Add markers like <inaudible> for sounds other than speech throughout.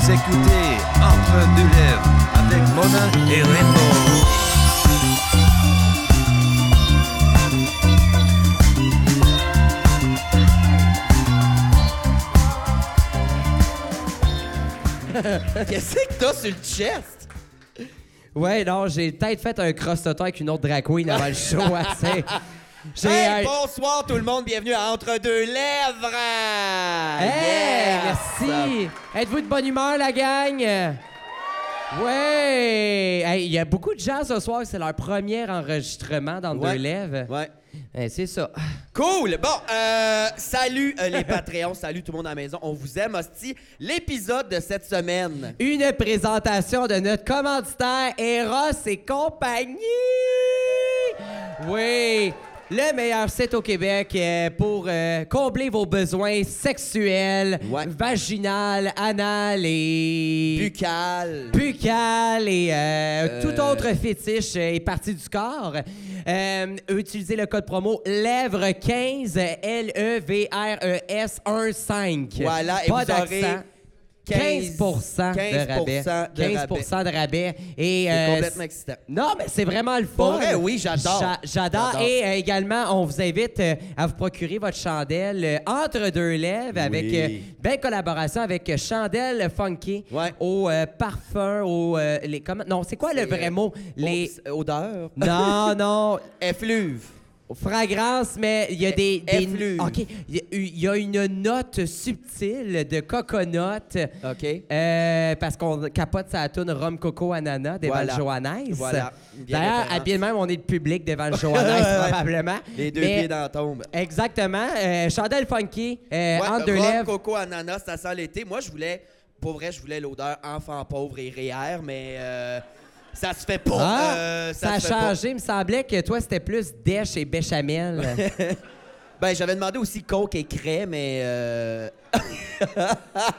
s'écouter entre deux lèvres avec Mona et Raymond. Qu'est-ce que t'as sur le chest? Ouais, non, j'ai peut-être fait un cross-toton avec une autre drag queen avant le show. hein, <laughs> c'est- J'ai Hey, un- bonsoir tout le monde, bienvenue à Entre deux lèvres! Hey, Ah, Yes! merci. Êtes-vous de bonne humeur, la gang? Ouais! Hey, Il y a beaucoup de gens ce soir, c'est leur premier enregistrement dans Ouais. deux lèvres. Ouais. Eh, c'est ça. Cool! Bon, euh, salut euh, les Patreons, salut tout le monde à la maison, on vous aime, hostie. L'épisode de cette semaine. Une présentation de notre commanditaire Eros et compagnie. Oui, le meilleur site au Québec euh, pour euh, combler vos besoins sexuels, Ouais. vaginal, anal et Buccal. buccal et euh, tout Euh. autre fétiche euh, et partie du corps. Euh, utilisez le code promo LEVRES15 L E V R E S 1 5. Voilà, et Pas vous aurez d'accent. 15, 15% de rabais. de rabais. 15% de rabais. Et, C'est euh, complètement excitant. Non, mais c'est vraiment le fun. Pour vrai, oui, j'adore. J'a- J'adore. J'adore. Et euh, également, on vous invite euh, à vous procurer votre chandelle euh, entre deux lèvres avec Oui. euh, belle collaboration avec euh, Chandelle Funky Ouais. au euh, parfum, au euh, les comment non, c'est quoi le C'est, vrai euh, mot Les Odeur. non, non, Effluve. fragrance, mais il y a des, des- Effluve. OK, il y a- il y a une note subtile de coconut. OK. Euh, parce qu'on capote sa tune Rome Coco Anana d'Evan Voilà. Johannes. Voilà. Bien D'ailleurs, référence. à bien même, on est le public <laughs> d'Evan Johannes, Ouais. probablement. Les deux Mais- pieds dans la tombe. Exactement. Euh, chandelle funky, euh, Ouais, entre deux rhum, lèvres. coco, ananas, ça sent l'été. Moi, je voulais, pour vrai, je voulais l'odeur enfant pauvre et réère, mais euh, ça se fait pas. Ah, Euh, ça, a se fait pas. changé. Il me semblait que toi, c'était plus dèche <laughs> et béchamel. Ben, j'avais demandé aussi coke et craie, mais. euh, <laughs>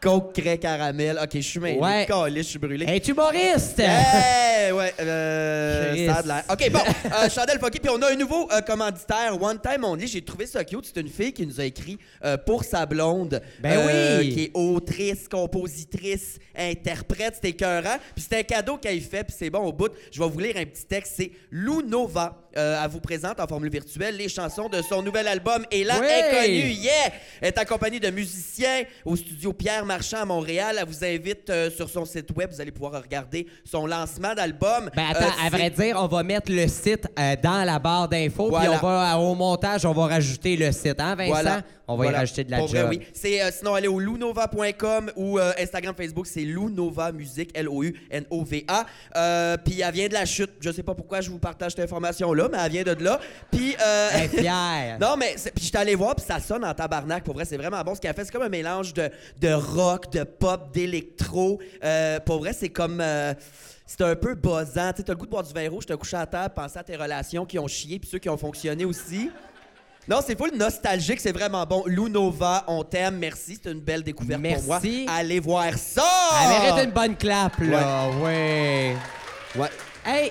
coke, craie, caramel. Ok, je suis mêlé. Ouais. Calé, je suis brûlé. Es-tu humoriste? Hey, ouais, euh, Chris. ça a de l'air. OK, bon, euh, Chandelle Pocky, puis on a un nouveau euh, commanditaire, One Time Only. J'ai trouvé ça cute. C'est une fille qui nous a écrit euh, pour sa blonde. Ben euh, oui. Qui est autrice, compositrice, interprète. C'était écœurant. Puis c'est un cadeau qu'elle fait, puis c'est bon au bout. Je vais vous lire un petit texte. C'est Lou Nova. Euh, elle vous présente en formule virtuelle les chansons de son nouvel album, Et là, Oui. inconnu, Yeah! Elle est accompagnée de musiciens au studio Pierre Marchand à Montréal. Elle vous invite euh, sur son site web. Vous allez pouvoir regarder son lancement d'album. Ben attends, Euh, à c'est- vrai dire, on va mettre le site euh, dans la barre d'infos, Voilà. puis on va, euh, au montage, on va rajouter le site. Hein, Vincent? Voilà. On va Voilà. y rajouter de la Pour vrai, job. oui. C'est euh, sinon allez au lunova.com ou euh, Instagram, Facebook, c'est lunova musique L O U N O V A. Euh, puis elle vient de la chute. Je sais pas pourquoi je vous partage cette information là, mais elle vient de là. Puis euh, Hey, <laughs> Pierre. Non, mais c'est- puis j'étais allé voir, puis ça sonne en tabarnak. Pour vrai, c'est vraiment bon. Ce qu'elle fait, c'est comme un mélange de, de rock, de pop, d'électro. Euh, pour vrai, c'est comme. euh, c'est un peu buzzant. Tu sais, t'as le goût de boire du vin rouge, t'as couché à terre, penser à tes relations qui ont chié, puis ceux qui ont fonctionné aussi. Non, c'est full nostalgique, c'est vraiment bon. Lunova, on t'aime, merci, c'est une belle découverte pour moi. Merci. Allez voir ça! Elle mérite une bonne clap, là. Ouais. Ah. Ouais. Hey!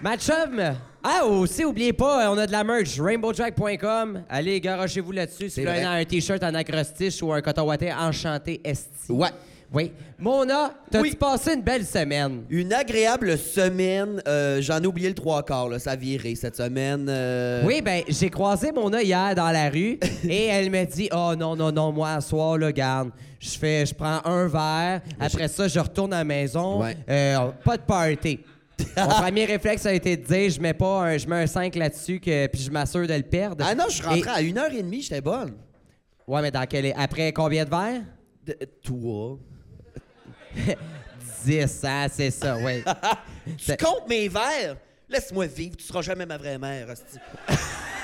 Ma chum! Ah, aussi, oubliez pas, euh, on a de la merch, rainbowjack.com. Allez, garochez-vous là-dessus. Si vous vrai. avez un t-shirt en acrostiche ou un coton watté enchanté esti. Ouais. Oui. Mona, t'as-tu Oui. passé une belle semaine? Une agréable semaine. euh, J'en ai oublié le trois quarts, là. Ça a viré cette semaine. euh, Oui, ben j'ai croisé Mona hier dans la <laughs> rue et elle me dit "Oh non non non, moi à soir là, garde. Je fais je prends un verre, après ça je retourne à la maison, Ouais. Euh, pas de <laughs> party." Mon premier réflexe a été de dire je mets pas un, je mets un 5 là-dessus que puis je m'assure de le perdre. Ah non, je suis rentré Et- à une heure et demie, j'étais bonne. Ouais, mais dans quel après combien de verres De- toi. 10, hein, c'est ça, <laughs> oui. Tu comptes mes verres? Laisse-moi vivre, tu seras jamais ma vraie mère, hostie. <laughs>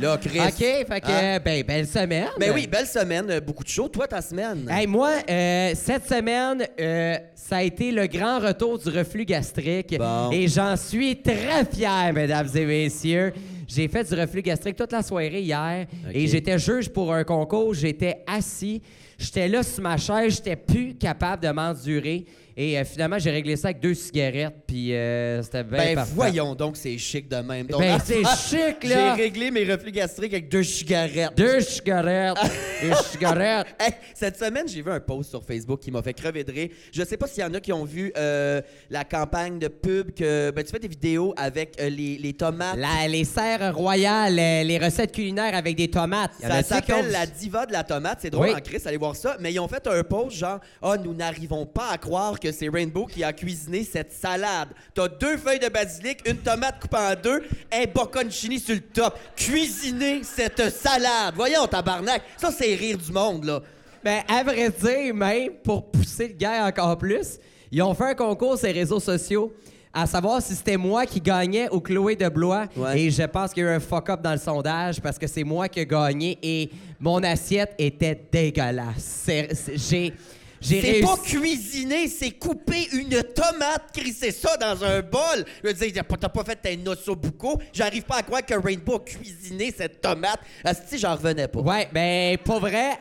Là, Chris. OK, fait que Hein? ben belle semaine. Mais oui, belle semaine, euh, beaucoup de show. Toi, ta semaine. Ben, Hey, moi, euh, cette semaine, euh, ça a été le grand retour du reflux gastrique. Bon. Et j'en suis très fier, mesdames et messieurs. J'ai fait du reflux gastrique toute la soirée hier. Et j'étais juge pour un concours. J'étais assis. J'étais là sur ma chaise. J'étais plus capable de m'endurer. Et euh, finalement, j'ai réglé ça avec deux cigarettes, puis euh, c'était bien Ben, parfait. voyons donc, c'est chic de même. Donc, Ben, c'est chic, J'ai là! réglé mes reflux gastriques avec deux cigarettes. Deux cigarettes! <laughs> Deux cigarettes! Hey, cette semaine, j'ai vu un post sur Facebook qui m'a fait crever de rire. Je sais pas s'il y en a qui ont vu euh, la campagne de pub que ben, tu fais des vidéos avec euh, les, les tomates. La- les serres royales, euh, les recettes culinaires avec des tomates. Y en Ça a-tu qui s'appelle ont- la diva de la tomate. C'est drôle Oui. en Chris, allez voir ça. Mais ils ont fait un post genre Ah, nous n'arrivons pas à croire que c'est Rainbow qui a cuisiné cette salade. T'as deux feuilles de basilic, une tomate coupée en deux, un bocconcini sur le top. Cuisiner cette salade. Voyons, tabarnak. Ça, c'est rire du monde, là. Ben, à vrai dire, même, pour pousser le gars encore plus, ils ont fait un concours sur les réseaux sociaux à savoir si c'était moi qui gagnais ou Chloé de Blois. Ouais. Et je pense qu'il y a eu un fuck-up dans le sondage parce que c'est moi qui ai gagné et mon assiette était dégueulasse. C'est- c'est- J'ai j'ai C'est pas réussi- cuisiner, c'est couper une tomate, crisser ça dans un bol. Je veux dire, t'as pas fait un osso buco. J'arrive pas à croire que Rainbow a cuisiné cette tomate. Asti, j'en revenais pas. Ouais, ben pour vrai,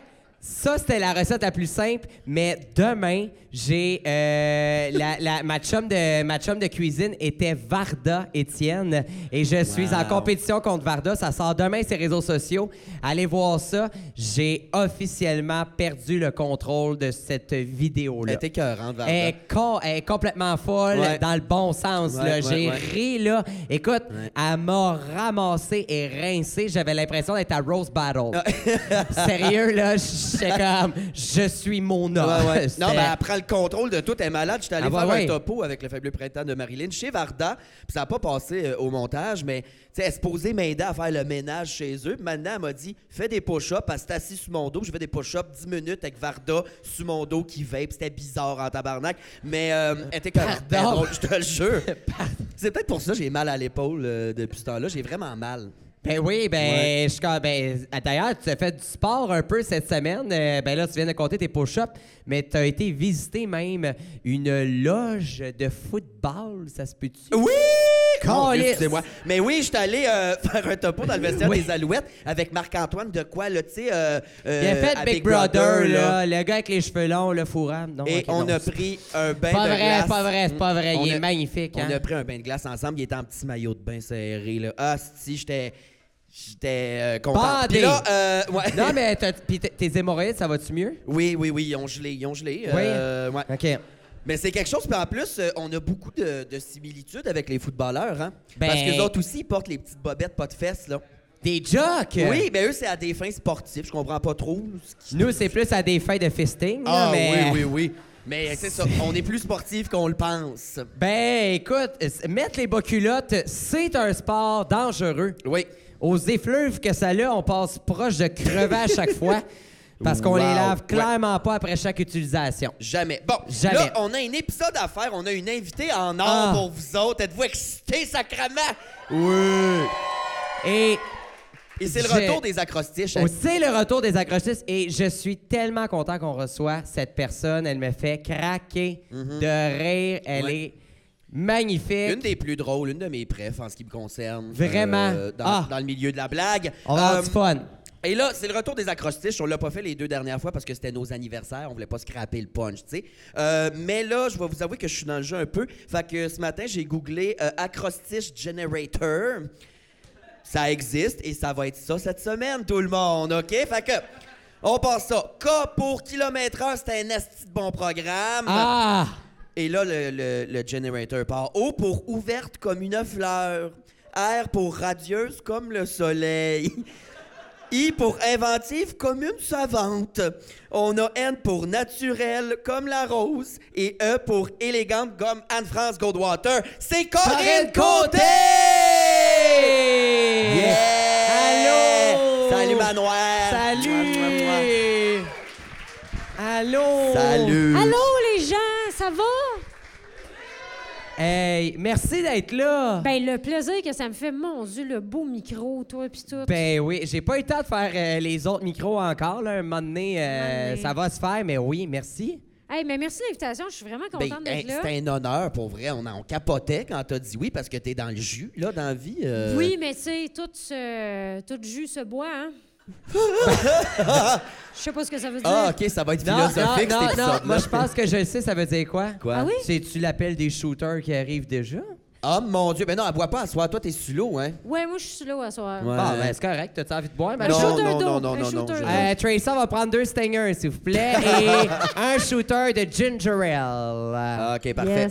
ça c'était la recette la plus simple, mais demain, j'ai euh, <laughs> la, la- ma, chum de, ma chum de cuisine était Varda Étienne et je suis en compétition contre Varda, ça sort demain ses réseaux sociaux. Allez voir ça, j'ai officiellement perdu le contrôle de cette vidéo là. Elle était écœurante, Varda. Elle est, co- elle est complètement folle, Ouais. dans le bon sens. Ouais, là. ouais, J'ai ouais. ri, là. Écoute, elle m'a ramassé et rincé. J'avais l'impression d'être à Rose Battle. Euh, Sérieux, là, j'étais comme... Je suis mon homme. Ouais, ouais. Ah, C'était- Non, ben, elle prend le contrôle de tout. Elle est malade. J'étais allé Ah, faire ouais, un ouais. topo avec le faible printemps de Marilyn chez Varda. Puis ça n'a pas passé euh, au montage, mais tu sais, elle se posait m'aider à faire le ménage chez eux. Puis Maintenant, elle m'a dit fais des push-ups. Elle s'est assise sur mon dos. Je fais des push-ups 10 minutes avec Varda sur mon dos qui vape. C'était bizarre en tabarnak. Mais euh, elle était comme Pardon? Ben, drôle, je te le jure. Ben, <laughs> C'est peut-être pour ça que j'ai mal à l'épaule euh, depuis ce temps-là. J'ai vraiment mal. Ben oui, ben, Ouais. je suis comme- ben, d'ailleurs, tu as fait du sport un peu cette semaine. Euh, ben là, tu viens de compter tes push-ups, mais tu as été visiter même une loge de football, ça se peut-tu? Oui! Mon Dieu, Calisse. Excusez-moi. Mais oui, je suis allé euh, <laughs> faire un topo dans le vestiaire des Alouettes avec Marc-Antoine de quoi, là, tu sais. euh, euh, Il a fait à Big, Brother, là, le gars avec les cheveux longs, le fourrame. Non, Et ok, on non, a c'est pris un bain Pas de vrai, glace. pas vrai, c'est pas vrai. Il On est a- magnifique, On hein? a pris un bain de glace ensemble. Il était en petit maillot de bain serré, là. Ah, si, j'étais. J'étais euh, content. Bandé. Puis là, euh, ouais. Non, mais t'as- puis t- tes hémorroïdes, ça va-tu mieux? <laughs> Oui, oui, oui, ils ont gelé. Ils ont gelé. Oui. euh, ouais. OK. Mais c'est quelque chose, puis en plus, euh, on a beaucoup de, de similitudes avec les footballeurs, hein? Ben- Parce que les autres aussi, ils portent les petites bobettes, pas de fesses, là. Des jocks! Oui, mais eux, c'est à des fins sportives. Je comprends pas trop. ce qui- Nous, c'est plus à des fêtes de fisting. là, Ah, mais... oui, oui, oui. Mais c'est ça, on est plus sportif qu'on le pense. Ben, écoute, s- mettre les bas culottes, c'est un sport dangereux. Oui. Aux effluves que ça a, on passe proche de crever à chaque <laughs> fois parce qu'on les Wow. lave Ouais. clairement pas après chaque utilisation. Jamais. Bon, Jamais. là, on a un épisode à faire. On a une invitée en or Ah. pour vous autres. Êtes-vous excités, sacrament? Oui! Et Et c'est le J'ai- retour des acrostiches. Oh, C'est le retour des accrochis et je suis tellement content qu'on reçoit cette personne. Elle me fait craquer de rire. Elle Mm-hmm. Ouais. est magnifique. Une des plus drôles, une de mes préfs en ce qui me concerne. Vraiment? Euh, dans, Ah. dans le milieu de la blague. On va Euh, avoir du fun. Et là, c'est le retour des acrostiches. On l'a pas fait les deux dernières fois parce que c'était nos anniversaires. On voulait pas scraper le punch, tu sais. Euh, mais là, je vais vous avouer que je suis dans le jeu un peu. Fait que ce matin, j'ai googlé euh, acrostiche generator. Ça existe et ça va être ça cette semaine, tout le monde, OK? Fait que, on passe ça. K pour kilomètre heure, c'était un asti de bon programme. Ah! Et là, le, le, le generator part. O pour ouverte comme une fleur. R pour radieuse comme le soleil. <laughs> I pour inventive comme une savante. On a N pour naturel comme la rose. Et E pour élégante comme Anne-France Goldwater. C'est Corinne Corinne Côté! Côté! Allô! Salut, Manoir! Salut! Mouah, mouah, mouah. Allô! Salut! Allô les gens, ça va? Hey, merci d'être là. Ben, Ben le plaisir que ça me fait, mon Dieu, le beau micro, toi puis tout. Ben, Ben oui, j'ai pas eu le temps de faire euh, les autres micros encore. Là. Un moment donné, euh, Un moment donné. ça va se faire, mais oui, merci. Hey, mais merci de l'invitation, je suis vraiment Ben, contente hey, d'être là. c'est un honneur, pour vrai. On, en- on capotait quand t'as dit oui parce que t'es dans le jus, là, dans la vie. euh. <laughs> Oui, mais tu sais, tout, ce- tout jus se boit, hein? Je sais pas ce que ça veut dire. Ah, OK, ça va être philosophique, non, cet non, épisode moi je pense que je sais, ça veut dire quoi? Quoi? Ah oui? C'est-tu l'appel des shooters qui arrivent déjà? <laughs> Oh mon Dieu, ben non, elle boit pas à soir. Toi, t'es sous l'eau, hein? Ouais, moi, je suis là à soir. Ouais. Ah, ben c'est correct, t'as-tu envie de boire? Un Manon? Non, shooter non, d'eau, non, non, non, un non, shooter je- d'eau. Euh, Tracer va prendre deux stingers, s'il vous plaît, <laughs> et un shooter de ginger ale. Ah, OK, parfait.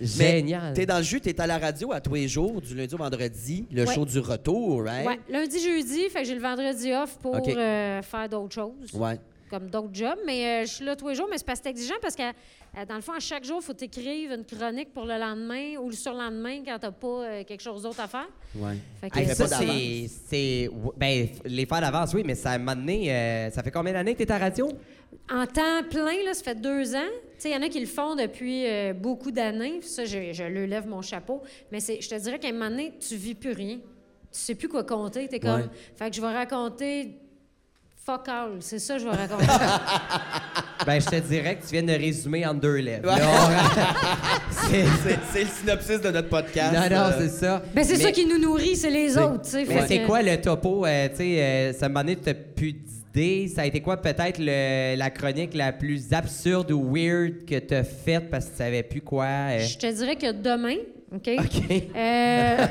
Yes. Mais Génial. T'es dans le jus, t'es à la radio à tous les jours, du lundi au vendredi, le Ouais. show du retour, hein? Ouais, lundi, jeudi, fait que j'ai le vendredi off pour OK. euh, faire d'autres choses. Ouais. Comme d'autres jobs, mais euh, je suis là tous les jours, mais c'est parce que c'est exigeant parce que, euh, dans le fond, à chaque jour, il faut t'écrire une chronique pour le lendemain ou le surlendemain quand t'as pas euh, quelque chose d'autre à faire. Ouais. Fait que, Hey, fait ça, pas d'avance. c'est. c'est- ou- Ben, f- les faire d'avance, oui, mais ça m'a donné. euh, ça fait combien d'années que t'es à la radio? En temps plein, là, ça fait deux ans. Tu sais, il y en a qui le font depuis euh, beaucoup d'années. Ça, je, je leur lève mon chapeau. Mais c'est- je te dirais qu'à un moment donné, tu vis plus rien. Tu sais plus quoi compter. T'es comme, Ouais. fait que je vais raconter fuck all. C'est ça, que je vais <laughs> raconter. Ben, je te dirais que tu viens de résumer en deux lettres. Là, on- c'est- C'est c'est le synopsis de notre podcast. non, non, euh, c'est ça. ben, c'est Mais- ça qui nous nourrit, c'est les autres. tu sais. Mais Fait c'est que- quoi le topo? euh, tu sais, euh, ça m'a donné, t'as plus d'idées. Ça a été quoi, peut-être, le- la chronique la plus absurde ou weird que t'as faite parce que tu savais plus quoi? euh? Je te dirais que demain, OK? OK. Euh,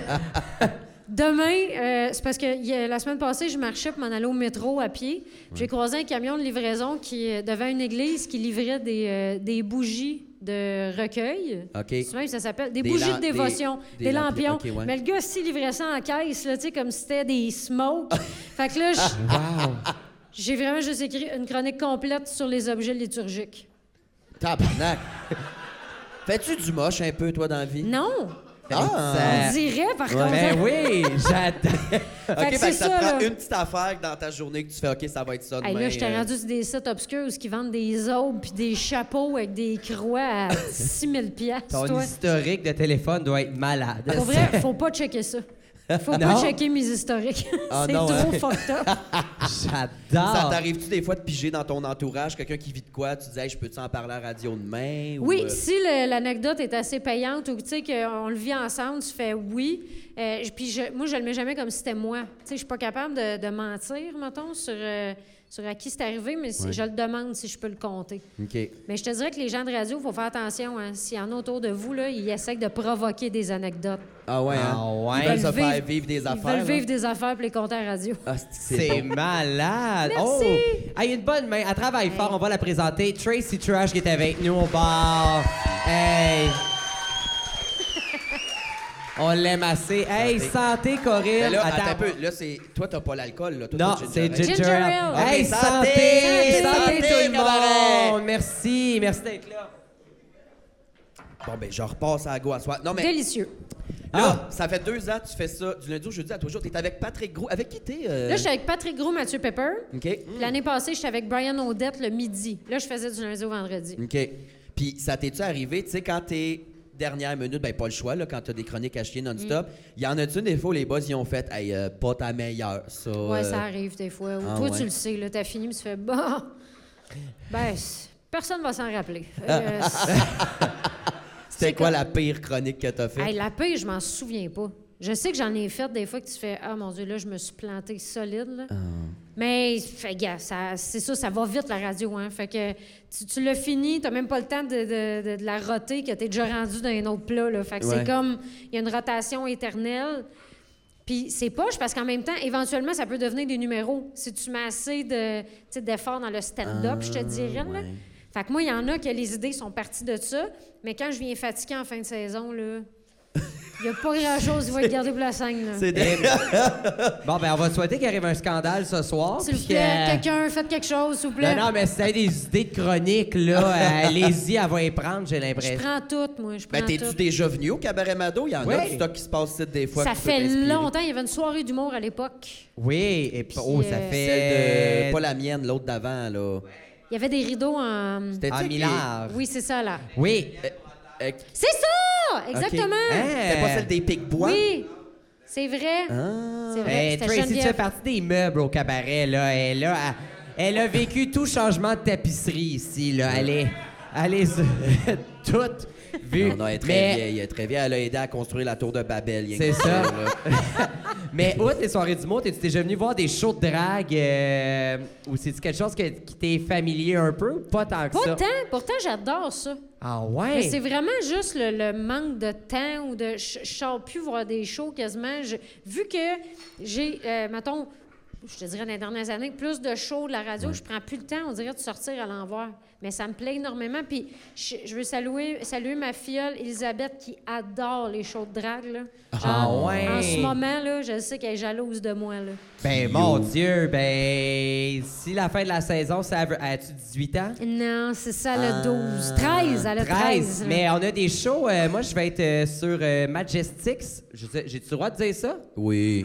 demain, euh, c'est parce que il y a- la semaine passée, je marchais pour m'en aller au métro à pied. J'ai croisé un camion de livraison qui euh, devant une église qui livrait des, euh, des bougies de recueil. OK. C'est même que ça s'appelle des, Des bougies lam- de dévotion, des- des, des lampions, lampions. OK, ouais. Mais le gars, s'il livrait ça en caisse, là, tu sais, comme si c'était des smokes. fait que là, je- Wow! j'ai vraiment juste écrit une chronique complète sur les objets liturgiques. Tabarnak. Fais-tu du moche un peu, toi, dans la vie? Non! Ah! Ça- On dirait, par contre. ben <laughs> oui, j'attends. OK, Fait fait que c'est que ça, ça, te prend là. une petite affaire dans ta journée que tu fais, OK, ça va être ça demain. Hey, là, je t'ai euh, rendu sur des sites obscurs qui vendent des aubes puis des chapeaux avec des <laughs> croix à 6 000 Ton piastres, toi. historique de téléphone doit être malade. Pour vrai, <laughs> faut pas checker ça. Faut pas Non? checker mes historiques. Ah, <laughs> C'est non, trop fucked up. <laughs> Ça <laughs> J'adore. t'arrive-tu des fois de piger dans ton entourage quelqu'un qui vit de quoi? Tu dis, hey, je peux-tu en parler à la radio demain? ou, Oui, euh, si le- l'anecdote est assez payante ou tu sais qu'on le vit ensemble, tu fais oui. Euh, j- puis je- moi, je le mets jamais comme si c'était moi. Tu sais, je suis pas capable de, de mentir, mettons, sur, euh, sur à qui c'est arrivé, mais si- je le demande si je peux le compter. OK. Mais je te dirais que les gens de radio, il faut faire attention. Hein. S'il y en a autour de vous, là, ils essaient de provoquer des anecdotes. Ah ouais, hein? Ah ouais. Ils veulent se Ils veulent faire vivre des Ils affaires. veulent là. vivre des affaires pour les compter à la <laughs> radio. Ah, c'est- C'est c'est bon. malade. Merci. Oh, Hey, une bonne main. Elle travaille fort. On va la présenter. Tracy Trash qui est avec nous au bar. Hey. <laughs> On l'aime assez. Hey, santé, Corinne. Mais Ben là, attends, Attends. un peu. Là, c'est... Toi, t'as pas l'alcool, là. Toi, Non, t'as le c'est ginger ale. Ginger, Ginger ale. ale. Hey, Ok, santé. santé, santé, Santé, tout le cabaret. monde. Merci, merci d'être là. Bon, ben, je repasse à go à soir. Non, mais Délicieux. Ah. là, ça fait deux ans que tu fais ça. Du lundi au jeudi à tous les jours. T'es avec Patrick Gros. Avec qui t'es? euh? Là, j'étais avec Patrick Gros, Mathieu Pepper. OK. Puis L'année passée, j'étais avec Brian Odette le midi. Là, je faisais du lundi au vendredi. OK. Puis ça t'es-tu arrivé, tu sais, quand t'es dernière minute, ben pas le choix, là, quand t'as des chroniques à chier non-stop, Mm. il y en a-tu des fois où les boss, ils ont fait « Hey, euh, pas ta meilleure, ça... Ouais, ça euh, arrive des fois. Ou ah, toi, ouais. tu le sais, là, t'as fini, puis tu fais bon. Ben, c- personne va s'en <laughs> rappeler. Euh, c'est- C'était C'est quoi comme- la pire chronique que t'as fait? hey, la paix, je m'en souviens pas. Je sais que j'en ai fait des fois que tu fais Ah mon Dieu, là, je me suis planté solide. là. Ah. Mais, fait, gars, ça- c'est ça, ça va vite la radio. Hein. Fait que tu, tu l'as fini, t'as même pas le temps de, de- de- de la roter, que t'es déjà rendu dans un autre plat. Là. Fait que Ouais. c'est comme, il y a une rotation éternelle. Puis c'est poche parce qu'en même temps, éventuellement, ça peut devenir des numéros. Si tu mets assez de, tu sais, d'efforts dans le stand-up, je te dirais. là. Ah, ouais. Fait que moi, il y en a que les idées sont parties de ça, mais quand je viens fatigué en fin de saison, là, il n'y a pas grand-chose qui va être gardé pour la scène. là. C'est des... Bon, ben, on va souhaiter qu'il arrive un scandale ce soir. S'il vous puis plaît, que- quelqu'un, faites quelque chose, s'il vous plaît. Non, non, mais si t'as des idées de chroniques, là, <laughs> euh, allez-y, elle va y prendre, j'ai Je l'impression. prends tout, moi. Je prends Ben, t'es-tu tout. déjà venu au Cabaret Mado? Il y en a Ouais. du stock qui se passe ici des fois. Ça qui peut fait t'inspirer. longtemps. Il y avait une soirée d'humour à l'époque. Oui, et p- oh, ça euh, Celle fait. de... Pas la mienne, l'autre d'avant, là. Il y avait des rideaux en. C'était-tu Ah, avec les- Millard. Oui, c'est ça, là. Oui. Euh, euh, C'est ça! Exactement! Hein? C'était pas celle des Pic-Bois? Oui! C'est vrai. C'est vrai. Eh, C'était Tracy, tu fais Geneviève. partie des meubles au cabaret, là. Elle a, elle a vécu tout changement de tapisserie ici, là. Elle est. <laughs> Elle est- toutes vues. Non, non, elle est très mais, vieille. Elle est très vieille. Elle a aidé à construire la tour de Babel. rien que C'est pour ça. là. mais outre les soirées d'humour, t'es- tu t'es déjà venu voir des shows de drague euh, ou c'est-tu quelque chose que- qui t'est familier un peu? ou Pas tant que Pas ça. tant, pourtant j'adore ça. Ah ouais? Mais c'est vraiment juste le, le manque de temps ou de. Je je sors plus voir des shows quasiment. Je- vu que j'ai, euh, mettons, je te dirais dans les dernières années, plus de shows de la radio, je prends plus le temps, on dirait, de sortir à l'envoi. Mais ça me plaît énormément. Puis je, je veux saluer, saluer ma filleule, Elisabeth, qui adore les shows de drague. là. Ah ouais. En ce moment, là, je sais qu'elle est jalouse de moi. Là. Ben mon Dieu, ben si la fin de la saison, ça veut- as-tu 18 ans? Non, c'est ça, Euh, le 12. 13, elle a 13. 13, là. mais on a des shows. euh, moi, je vais être euh, sur euh, Majestix. Je sais- J'ai-tu le droit de dire ça? Oui.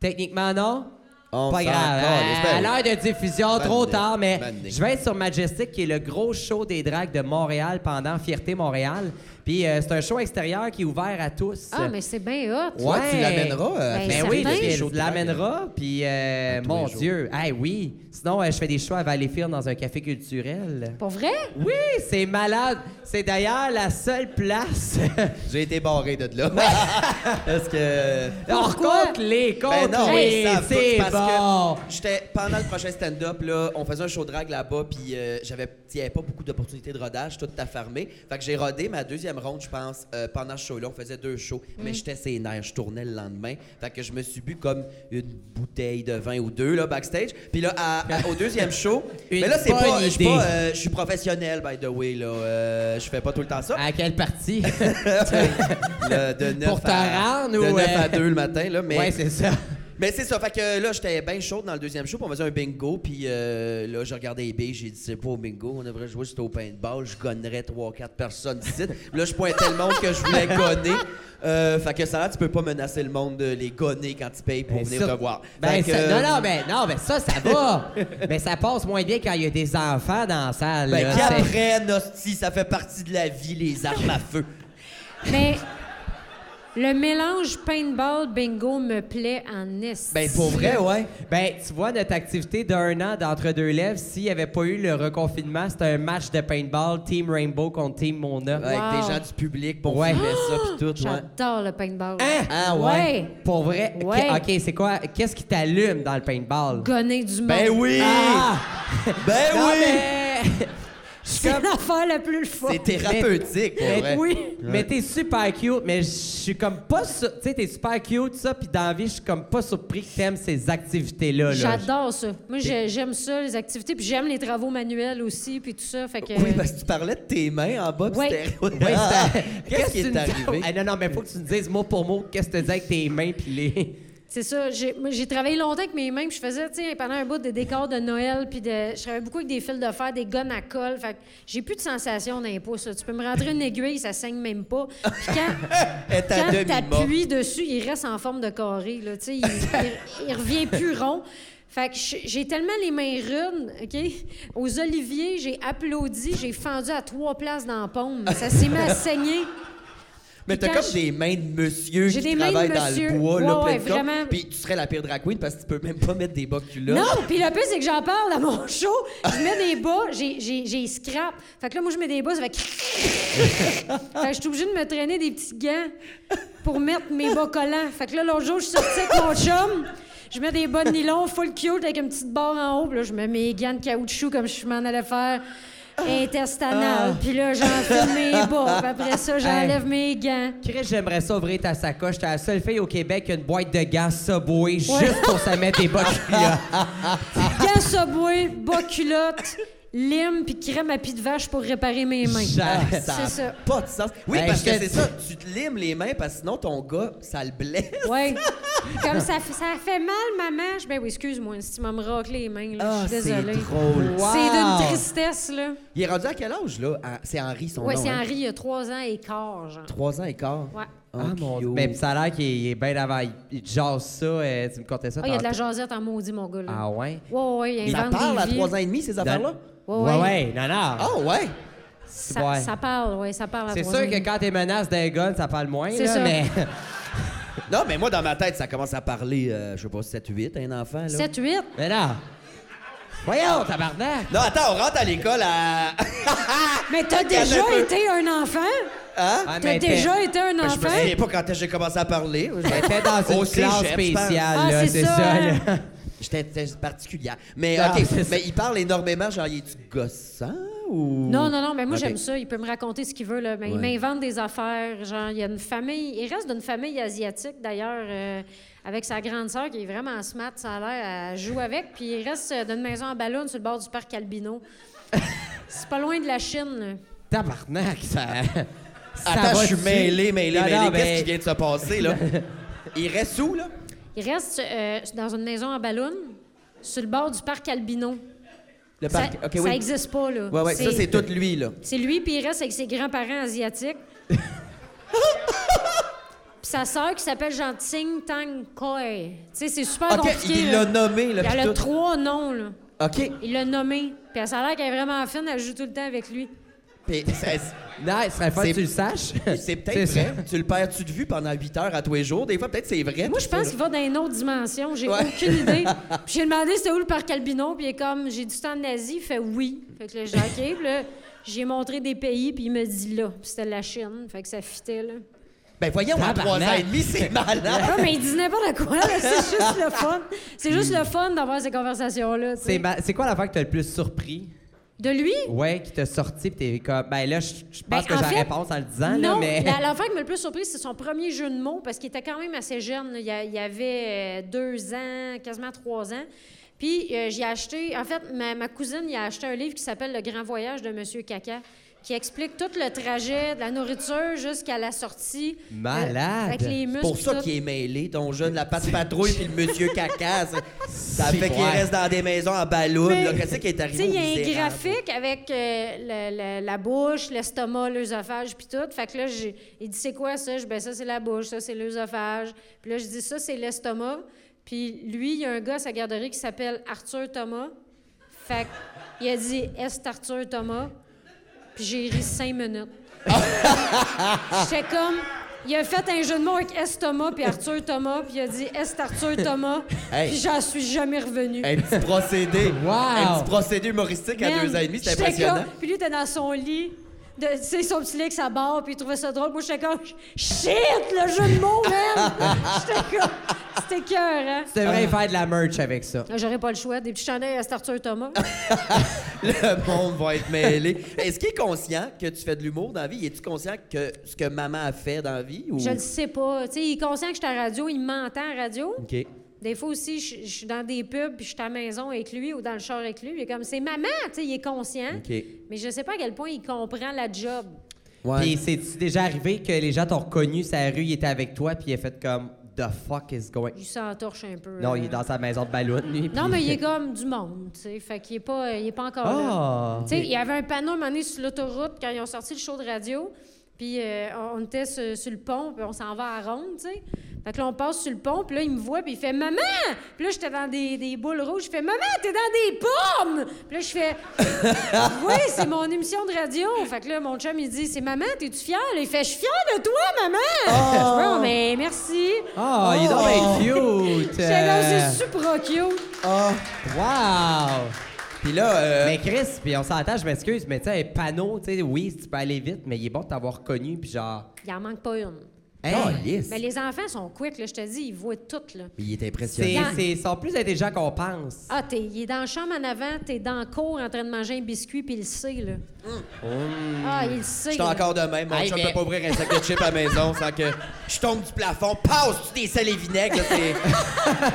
Techniquement, non. On pas s'en grave. calisse, ben À, à oui. l'heure de diffusion, Bonne trop idée. tard, mais Bonne idée. je vais être sur Majestic, qui est le gros show des dragues de Montréal pendant Fierté Montréal. Puis euh, c'est un show extérieur qui est ouvert à tous. Ah, mais c'est bien hot. Ouais, tu l'amèneras, euh, à Ben, mais certain. oui, tu shows de hein. l'amèneras. Puis, euh, tous mon les jours. Dieu, hey, oui. Sinon, euh, je fais des shows à Valleyfield dans un café culturel. Pour vrai? Oui, c'est malade. C'est d'ailleurs la seule place. J'ai été barré de là. <laughs> Parce que. On Pourquoi? compte les comptes. Ben non, les, ils savent c'est tous parce bon. que j'étais pendant le prochain stand-up là, on faisait un show de drague là-bas puis euh, j'avais il y avait pas beaucoup d'opportunités de rodage, tout à fermé. Fait que j'ai rodé ma deuxième ronde, je pense, euh, pendant ce show-là, on faisait deux shows, Mm. mais j'étais ses nerfs, je tournais le lendemain. Fait que je me suis bu comme une bouteille de vin ou deux là backstage. Puis là à- à- au deuxième show, <laughs> Une mais là c'est bonne pas je suis idée. pas, euh, je suis professionnel by the way là, Euh, je fais pas tout le temps ça. À quelle partie? Le- de neuf Ah, Pour te à- rendre de ou, neuf euh, à 2 le matin là, <laughs> mais Ouais, c'est ça. mais Ben, c'est ça, fait que là, j'étais bien chaude dans le deuxième show, puis on faisait un bingo, puis euh, là, j'ai regardé les billes, j'ai dit, c'est pas au bingo, on devrait jouer juste au paintball, je gonnerais 3-4 personnes ici. là, je pointais le monde que je voulais gonner. Euh, fait que ça, là, tu peux pas menacer le monde de les gonner quand tu payes pour Ben, venir sur- te voir. Ben, Fait ça- que- non, non, ben, non, ben, ça, ça va. <laughs> mais ça passe moins bien quand il y a des enfants dans la salle. Ben, là, qui c'est- apprennent, hostie, ça fait partie de la vie, les armes à feu. Mais le mélange paintball bingo me plaît en est. Ben, pour vrai, ouais. Ben, tu vois, notre activité d'un an d'entre deux lèvres, s'il n'y avait pas eu le reconfinement, c'était un match de paintball, Team Rainbow contre Team Mona. Avec Wow. des gens du public, bon, Ouais. ouais. ça, puis tout, ouais. J'adore le paintball. Hein? Ah, Pour vrai? Ouais. Qu- OK, c'est quoi? Qu'est-ce qui t'allume dans le paintball? Gonner du monde. Ben oui! Ah! Ben Non, oui! mais- Je suis C'est comme- l'affaire la plus fun. C'est thérapeutique, pour Mais- vrai. Oui, mais t'es super cute, mais je suis comme pas... sur- Tu sais, t'es super cute, ça, puis dans la vie, je suis comme pas surpris que t'aimes ces activités-là. là. J'adore ça. Moi, j'ai- j'aime ça, les activités, puis j'aime les travaux manuels aussi, puis tout ça. Fait que... Oui, ben parce que tu parlais de tes mains en bas, puis Ouais. c'était- Ouais, <laughs> Ah, <laughs> c'est- Qu'est-ce qui que tu est nous- arrivé? Ah, non, non, mais faut que tu nous dises mot pour mot qu'est-ce que tu dis avec tes mains puis les. <laughs> C'est ça. J'ai moi, j'ai travaillé longtemps avec mes mains. puis Je faisais, tu sais, pendant un bout des décors de Noël, puis de, je travaillais beaucoup avec des fils de fer, des gonnes à colle. Fait que j'ai plus de sensation d'impulse. Tu peux me rentrer une aiguille, ça saigne même pas. Puis <laughs> quand, Elle est à quand demi-morte. t'appuies dessus, il reste en forme de carré, là. Tu sais, il, il- il revient plus rond. Fait que j'ai j'ai tellement les mains rudes, OK? Aux oliviers, j'ai applaudi, j'ai fendu à trois places dans la paume. Ça s'est mis à saigner. Mais t'as quand comme je- des mains de monsieur J'ai qui des mains de travaillent dans monsieur. le bois, là, Ouais, plein ouais, de corps. vraiment. Puis tu serais la pire drag queen parce que tu peux même pas mettre des bas culottes. Non, puis le pire, c'est que j'en parle à mon show. Je mets des bas, j'ai- j'ai j'ai scrap. Fait que là, moi, je mets des bas, ça fait... que- fait que je suis obligée de me traîner des petits gants pour mettre mes bas collants. Fait que là, l'autre jour, je suis sortie avec mon chum. Je mets des bas de nylon full cute avec une petite barre en haut. Puis là, je mets mes gants de caoutchouc comme je m'en allais faire intestinal. Puis là, j'enfile mes bas. Puis après ça, j'enlève mes gants. Chris, j'aimerais ça ouvrir ta sacoche. T'es la seule fille au Québec qui a une boîte de gants Subway juste pour se mettre des <laughs> bottes là. Gants Subway, bas culotte, lime puis crème à pied de vache pour réparer mes mains. J'a- Ah, <laughs> C'est ça a ça. pas de sens. Oui, Ben, parce que je te- c'est ça, tu te limes les mains parce que sinon ton gars, ça le blesse. <laughs> Oui. Comme ça, fait- ça fait mal, maman. Je, ben oui, excuse-moi, si tu m'as me raclé les mains, là, je suis Ah, c'est désolée. drôle. Wow. C'est d'une tristesse, là. Il est rendu à quel âge, là? À- C'est Henri, son ouais, nom. c'est hein? Henri, il y a trois ans et quart, genre. Trois ans et quart. Ouais. Oh, Ah mon dieu. cute. Mais ça a l'air qu'il est bien avant. Il- Il jase ça. euh, tu me contais ça. Ah, il y a de la tantôt. jasette en maudit, mon gars, là. Ah ouais? Ouais, ouais, il Il invente parle des à vies. trois ans et demi, ces affaires-là? Ouais, Oh, ouais. ouais, non, non. Ah ouais? Ça, Ouais. ça parle, ouais, ça parle à c'est trois ans. sûr que quand t'es menace d'un gun, ça parle moins. C'est là, ça. Mais... <laughs> Non, mais moi, dans ma tête, ça commence à parler, euh, je sais pas, 7-8, un enfant, là. 7-8. mais non. Voyons, tabarnak. Non, attends, on rentre à <laughs> l'école à. Mais t'as déjà un peu. été un enfant? Ah, mais T'as elle déjà était- été un Hein? Ben, Je me souviens enfant? pas quand j'ai commencé à parler. elle était dans une Au classe cégep, je pense. spéciale, Ah, là, c'est c'est ça, ça. hein. là. <laughs> J'étais j'étais particulière. Mais Ah, OK, c'est ça. mais il parle énormément, genre, il est-tu gossant ou... Non, non, non, mais moi, Ok. j'aime ça. Il peut me raconter ce qu'il veut, là. Mais il Ouais. m'invente des affaires. Genre, il y a une famille... Il reste d'une famille asiatique, d'ailleurs, euh, avec sa grande sœur qui est vraiment smart, ça a l'air. Elle joue avec. Puis il reste euh, d'une maison en ballon sur le bord du <laughs> parc Albino. C'est pas loin de la Chine, là. Tabarnak, ça. ça Attends, va je suis dessus. mêlé, mêlé, Non, mêlé. non, Qu'est-ce ben, qui vient de se passer, là? il reste où, là? Il reste euh, dans une maison en ballon sur le bord du parc Albino. Le Ça, parc. OK, ça oui. existe pas, là. Ouais, ouais, ça, c'est tout lui, là. C'est lui, puis il reste avec ses <laughs> grands-parents asiatiques. puis sa sœur qui s'appelle genre Ting Tang Koi. Tu sais, c'est super OK, compliqué. il là. l'a nommé, là, Puis Elle pis a tout. trois noms, là. OK. Il l'a nommé. Puis ça a l'air qu'elle est vraiment fine, elle joue tout le temps avec lui. Pis ça- Non, il serait fun que C'est- tu le saches. c'est peut-être ça. vrai. Tu le perds-tu de vue pendant 8 heures à tous les jours? Des fois, peut-être c'est vrai. Moi, je pense qu'il va dans une autre dimension. J'ai Ouais. <laughs> aucune idée. Puis j'ai demandé c'était où le parc Albino, puis il est comme j'ai du temps en Asie. Il fait oui. Fait que là, j'ai dit, OK. Puis là, j'ai montré des pays, puis il me dit là. Puis c'était la Chine. Fait que ça fitait, là. Ben voyons, à 3 ans Tabarnak. et demi, c'est malade. Non, Ah, mais il dit n'importe quoi, là. C'est juste le fun. C'est juste le fun d'avoir ces conversations-là. tu sais. C'est ma- c'est quoi l'affaire que t'as le plus surpris? De lui? Ouais, qui t'a sorti, pis t'es comme. Ben là, je je Ben, pense que en j'ai la fait, réponse en le disant, là, non, mais. la- l'enfant qui m'a le plus surprise, c'est son premier jeu de mots parce qu'il était quand même assez jeune. là. Il y a- il y avait euh, deux ans, quasiment trois ans. Puis euh, j'ai acheté, en fait, ma, ma cousine y a acheté un livre qui s'appelle Le Grand Voyage de Monsieur Caca, qui explique tout le trajet de la nourriture jusqu'à la sortie. euh, Malade. avec <laughs> les muscles. pour ça tout. qu'il est mêlé, ton jeune, la patte <laughs> patrouille puis le monsieur caca. ça- Ça C'est fait qu'il vrai. reste dans des maisons en ballon. Mais, là. Qu'est-ce qui est Tu arrivé? sais, il au y a un misérable? graphique avec euh, le- le- la bouche, l'estomac, l'œsophage, puis tout. Fait que là, j'ai- il dit, c'est quoi ça? Je dis, ben ça, c'est la bouche, ça, c'est l'œsophage. Puis là, je dis, ça, c'est l'estomac. Puis lui, il y a un gars à sa garderie qui s'appelle Arthur Thomas. Fait que, il a dit, est Arthur Thomas? Puis j'ai ri <laughs> cinq minutes. J'étais comme... Il a fait un jeu de mots avec Estomac puis Arthur Thomas, puis il a dit Est Arthur Thomas, Hey. puis j'en suis jamais revenu. Un petit <laughs> procédé. Wow. Un petit procédé humoristique à Man, deux ans et demi, c'est j'étais impressionnant. comme- Puis lui, était dans son lit. De, tu sais, son petit lit avec sa barre, puis il trouvait ça drôle. Moi, j'étais comme, shit, le jeu de mots, <laughs> man! j'étais comme, c'était cœur, hein? <laughs> Tu devrais Ah. faire de la merch avec ça. Là, J'aurais pas le choix. Des petits chandails à cet Arthur Thomas. <laughs> Le monde va être mêlé. Est-ce qu'il est conscient que tu fais de l'humour dans la vie? Es-tu conscient que ce que maman a fait dans la vie? Ou... je le sais pas. Tu sais, il est conscient que je suis à la radio, il m'entend à la radio. OK. Des fois aussi, je je suis dans des pubs, puis je suis à la maison avec lui ou dans le char avec lui. Il est comme, c'est maman, tu sais, il est conscient. OK. Mais je sais pas à quel point il comprend la job. Ouais. Puis c'est déjà arrivé que les gens t'ont reconnu sa rue, il était avec toi, puis il a fait comme The fuck is going. Il s'entorche un peu. Non, là. il est dans sa maison de ballon, lui. Non, mais il est comme du monde, tu sais. Fait qu'il est pas, il est pas encore là. Ah! Tu sais, il y avait un panneau à un moment donné sur l'autoroute quand ils ont sorti le show de radio. Puis euh, on on était sur, sur le pont, puis on s'en va à ronde, tu sais. Fait que là, on passe sur le pont, puis là, il me voit, puis il fait Maman! Puis là, j'étais dans des, des boules rouges. Je fais Maman, t'es dans des pommes! Puis là, je fais Oui, c'est mon émission de radio. Fait que là, mon chum, il dit C'est Maman, t'es-tu fière? Il fait Je suis fière de toi, maman! Je fais, Oh, mais merci! Oh, il est donc bien <laughs> cute! Euh, J'étais là, c'est super cute! Ah. Wow! Puis là, euh, Mais Chris, puis on s'entend, je m'excuse, mais tu sais, un panneau, tu sais, oui, tu peux aller vite, mais il est bon de t'avoir connu, puis genre. Il en manque pas une. Hey, Mais les enfants sont quick, là, je te dis, ils voient tout. Là. il est impressionnant. c'est, c'est, ils sont plus intelligents qu'on pense. Ah, t'es, il est dans la chambre en avant, t'es dans le cours en train de manger un biscuit, puis il le sait. Là. Ah, il le sait. Je suis là. encore de même. Mon euh, Hey, chum mais- peut pas ouvrir un sac de chips à la maison sans que je tombe du plafond. Passe, tu des sels et vinaigres. là, <laughs> c'est-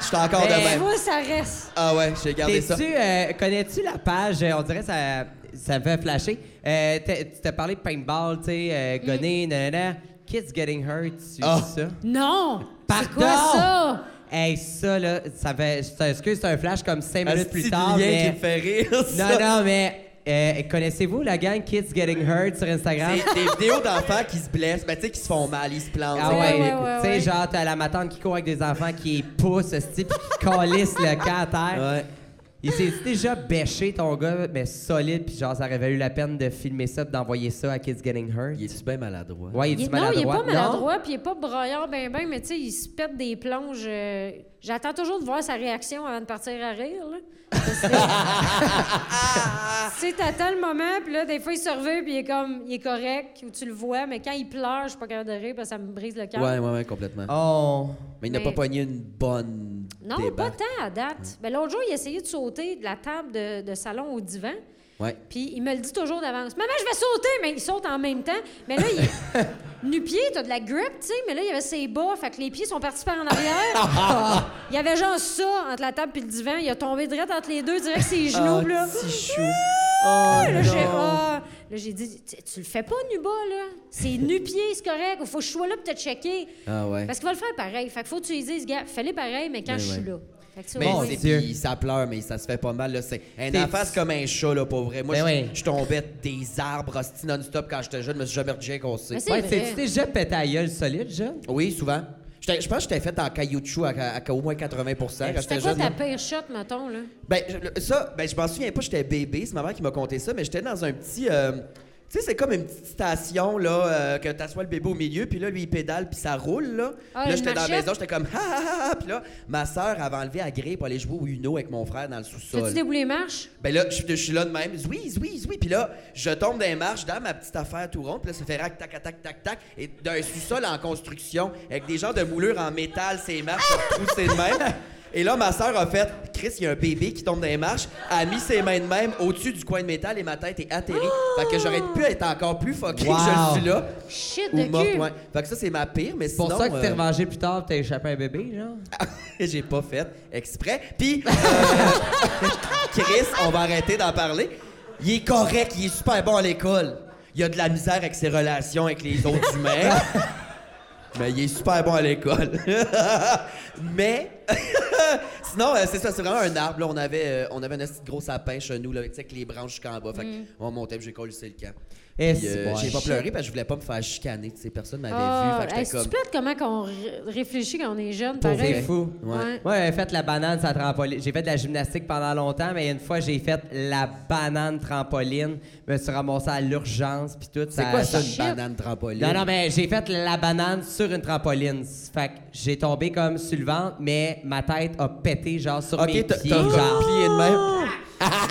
Je suis encore de Mais- Tu même. vois, Ben, ça reste. Ah ouais, j'ai gardé ça. T'es-tu, euh, connais-tu la page, euh, on dirait ça, ça me fait flasher, euh, t'as- tu t'as parlé de paintball, tu sais, euh, Mm-hmm. gonner, nanana, kids getting hurt, tu Ah. dis ça? Non! C'est Pardon! quoi ça? Hey, ça, là, ça fait. Je t'excuse, c'est un flash comme cinq Un minutes plus petit tard. lien mais... qui me fait rire. ça. Non, non, mais. euh, Connaissez-vous la gang Kids Getting Hurt sur Instagram? C'est des vidéos d'enfants qui se blessent, mais tu sais, qui se font mal, ils se plantent. Ah Ouais, ouais, ouais, ouais, tu sais, ouais. genre, t'as la matante qui court avec des enfants qui poussent, ce type, qui calisse le camp à terre. Ouais. Il s'est déjà bêché, ton gars, mais solide, puis genre, ça aurait valu la peine de filmer ça, puis d'envoyer ça à Kids Getting Hurt. Il est bien maladroit. Ouais, il Il est est- non, il est maladroit. pas maladroit, puis il est pas broyeur ben ben, mais tu sais, il se pète des plonges. euh, J'attends toujours de voir sa réaction avant de partir à rire. là. <laughs> Parce que- Tu sais, t'attends le moment, puis là, des fois, il se revient, puis il est comme, il est correct, ou tu le vois, mais quand il pleure, je suis pas capable de rire, parce que ça me brise le cœur. Ouais, ouais, ouais, complètement. Oh. Mais il n'a mais- pas pogné une bonne. Non, pas débarque. tant à date. Ben, L'autre jour, il essayait de sauter de la table de, de salon au divan. Ouais. Puis il me le dit toujours d'avance. Maman, je vais sauter, mais il saute en même temps. Mais là, <laughs> il nu-pied, t'as de la grip, tu sais, mais là, il y avait ses bas, fait que les pieds sont partis par en arrière. <laughs> il y avait genre ça entre la table puis le divan. Il a tombé direct entre les deux, direct ses genoux, Ah, là. petit chou. Oh, Là, j'ai, non. ah. Là, j'ai dit, tu tu le fais pas, nu-bas, là. C'est nu-pied, c'est correct. Il faut que je sois là pour te checker. Ah ouais. Parce qu'il va le faire pareil. Fait que faut que tu lui dises, gars, fais-le pareil, mais quand Mais je suis ouais. là. Fait que tu Mais vas- c'est- Dieu. puis ça pleure, mais ça se fait pas mal. Là. C'est un T'es- enfant, c'est comme un chat, là, pour vrai. Moi, Ben je, ouais. je tombais des arbres hostie non-stop quand j'étais jeune. Je me suis jamais retiré qu'on sait. Mais c'est Ouais, vrai. t'es-tu déjà pété à gueule solide, jeune? Oui, souvent. J'étais- Je pense que j'étais fait en caillouchou à, à- à au moins 80 quand C'était j'étais quoi jeune. ta pire shot, mettons, là? Ben, je- le- ça, ben, je m'en souviens pas, j'étais bébé, c'est ma mère qui m'a conté ça, mais j'étais dans un petit. euh, tu sais, c'est comme une petite station, là, euh, que t'assois le bébé au milieu, puis là, lui, il pédale, puis ça roule, là. Ah, Puis là, une j'étais dans la marchette? maison, j'étais comme, <laughs> ha, ha, ha, ha, puis là, ma soeur avait enlevé à gré pour aller jouer au Uno avec mon frère dans le T'as-tu sous-sol. déboulé les marches? Ben là, je je suis là de même. Oui, oui, oui. Puis là, je tombe dans les marches, dans ma petite affaire tout ronde. Puis là, ça fait rac, tac, tac, tac, tac. Et d'un sous-sol en construction, avec des gens de moulures en métal, ces marches, c'est de même. Et là, ma sœur a fait Chris, il y a un bébé qui tombe dans les marches. Elle a mis ses mains de même au-dessus du coin de métal et ma tête est atterrée. Fait que j'aurais pu être encore plus fucké Wow. que je le suis là. Shit de Ou morte, cul! ouais. Fait que ça, c'est ma pire, mais C'est pour sinon, ça que t'es euh, revengé plus tard, t'as échappé un bébé, genre? <laughs> J'ai pas fait exprès. Puis, euh, <laughs> Chris, on va arrêter d'en parler. Il est correct, il est super bon à l'école. Il a de la misère avec ses relations avec les autres humains. Mais il est super bon à l'école. <laughs> Mais <laughs> sinon, euh, c'est ça, c'est vraiment un arbre. Là, on avait, euh, on avait un assez gros sapin chez nous, là, tu sais, avec les branches jusqu'en bas. Fait que on montait, puis j'ai collé le camp. Eh, Puis, euh, c'est j'ai bon. pas pleuré parce que je voulais pas me faire chicaner. tu sais, personne m'avait Ah, vu. Fait que hey, j'étais comme. C'est-tu plate comment qu'on ré- réfléchit quand on est jeune, Pour pareil? vrai, fou. Ouais. Ouais, j'ai fait la banane sur la trampoline. J'ai fait de la gymnastique pendant longtemps, mais une fois, j'ai fait la banane trampoline. Je me suis ramassé à l'urgence, puis tout. C'est quoi ça, une Shit. banane trampoline? Non, non, mais j'ai fait la banane sur une trampoline. Fait que j'ai tombé comme sur le ventre, mais ma tête a pété, genre, sur mes Ok, t'as pieds. t'as genre. plié de même.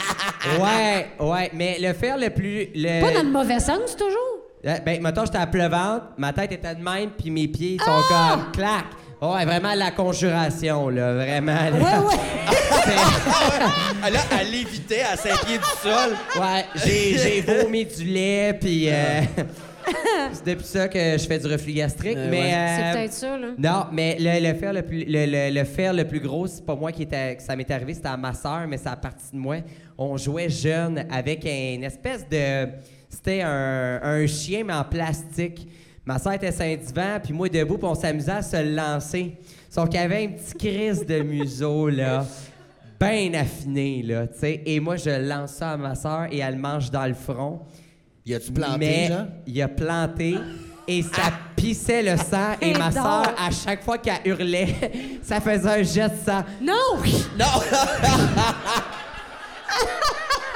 Ouais, ouais, mais le faire le plus... le- Pas dans le mauvais sens, toujours? Euh, Ben, mettons, j'étais à pleuvante, ma tête était de même, puis mes pieds sont Ah! comme clac. Ouais, vraiment la conjuration, là, vraiment. là. Ouais, ouais. <laughs> C'est- Là, elle lévitait à 5 pieds du sol. ouais, j'ai, j'ai vomi du lait, puis euh, <laughs> c'est depuis ça que je fais du reflux gastrique. Euh, mais, ouais. C'est euh, peut-être ça, là. Non, mais le, le faire le plus le, le- le faire le plus gros, c'est pas moi qui était que ça m'est arrivé, c'était à ma sœur, mais ça a parti de moi. On jouait jeune avec une espèce de c'était un, un chien mais en plastique. Ma sœur était sur un divan, puis moi debout, puis on s'amusait à se lancer. Sauf qu'il y avait un petit crise de museau là. Bien affiné, là, tu sais. Et moi, je lance ça à ma sœur et elle mange dans le front. Y a-tu planté, Ah. Mais Jean? il a planté et ça pissait le sang. Et ma <laughs> Non. soeur, à chaque fois qu'elle hurlait, <laughs> ça faisait un jet de sang. Non!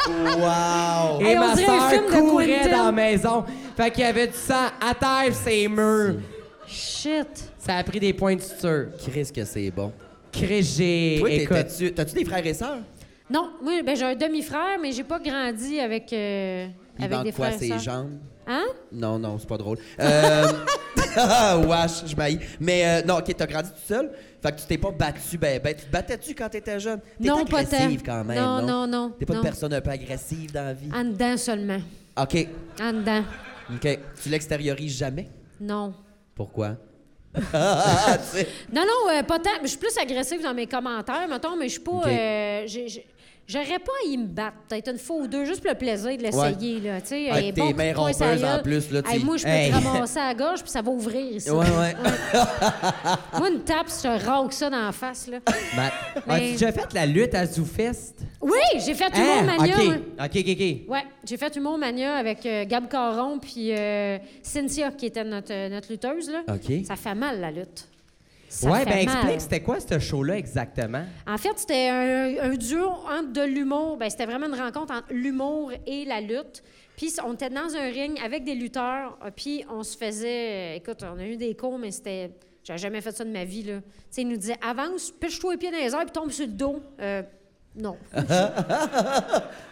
Wow! Et Hey, on ma dirait un soeur film de courait Quentin. dans la maison. Fait qu'il y avait du sang à terre pis ses murs. Shit! Ça a pris des points de suture. Chris, que c'est bon. Chris, j'ai... Toi, t'es- Écoute, t'as-tu t'as-tu des frères et sœurs? Non, moi, ben, j'ai un demi-frère, mais j'ai pas grandi avec, euh, Il avec des manque quoi, frères et ses sœurs. jambes? Hein? Non, non, c'est pas drôle. Euh... <laughs> Wesh, je m'haïs. Mais euh, non, OK, t'as grandi tout seul? Fait que tu t'es pas battu, ben, ben, tu te battais-tu quand t'étais jeune? T'es Non, pas tant. agressive quand même, non? Non, non, non, T'es pas non. Ah. une personne un peu agressive dans la vie? En dedans seulement. OK, En dedans. OK. Tu l'extériorises jamais? Non. Pourquoi? <laughs> Ah, tu sais. Non, non, euh, pas tant. Je suis plus agressive dans mes commentaires, mettons, mais je suis pas. Ok. euh, j'ai- j'ai- J'aurais pas à y me battre, peut-être une fois ou deux, juste pour le plaisir de l'essayer, là, tu sais. Avec hey, tes bon, mains coup de poing, ça rompeuses gueule. en plus, là, tu Hey, sais. moi, je peux Hey. te ramasser à la gorge, puis ça va ouvrir ici. Ouais, ouais. Moi, une tape, je te rauque ça dans la face, Ah, là. ma- as-tu Mais- déjà fait la lutte à Zoufest? Oui, j'ai fait Humour Hein? Mania. OK, moi. OK, OK, OK. Ouais, j'ai fait Humour Mania avec euh, Gab Caron puis euh, Cynthia, qui était notre, euh, notre lutteuse, là. OK. Ça fait mal, la lutte. Ça Ouais, fait ben mal. explique, c'était quoi ce show-là exactement? En fait, c'était un, un duo entre de l'humour. Ben, c'était vraiment une rencontre entre l'humour et la lutte. Puis on était euh, dans un ring avec des lutteurs. euh, Puis on se faisait. Écoute, on a eu des cours, mais c'était J'avais jamais fait ça de ma vie, là. Tu sais, il nous disait avance, pêche-toi les pieds dans les airs, puis tombe sur le dos. Euh, <laughs> non.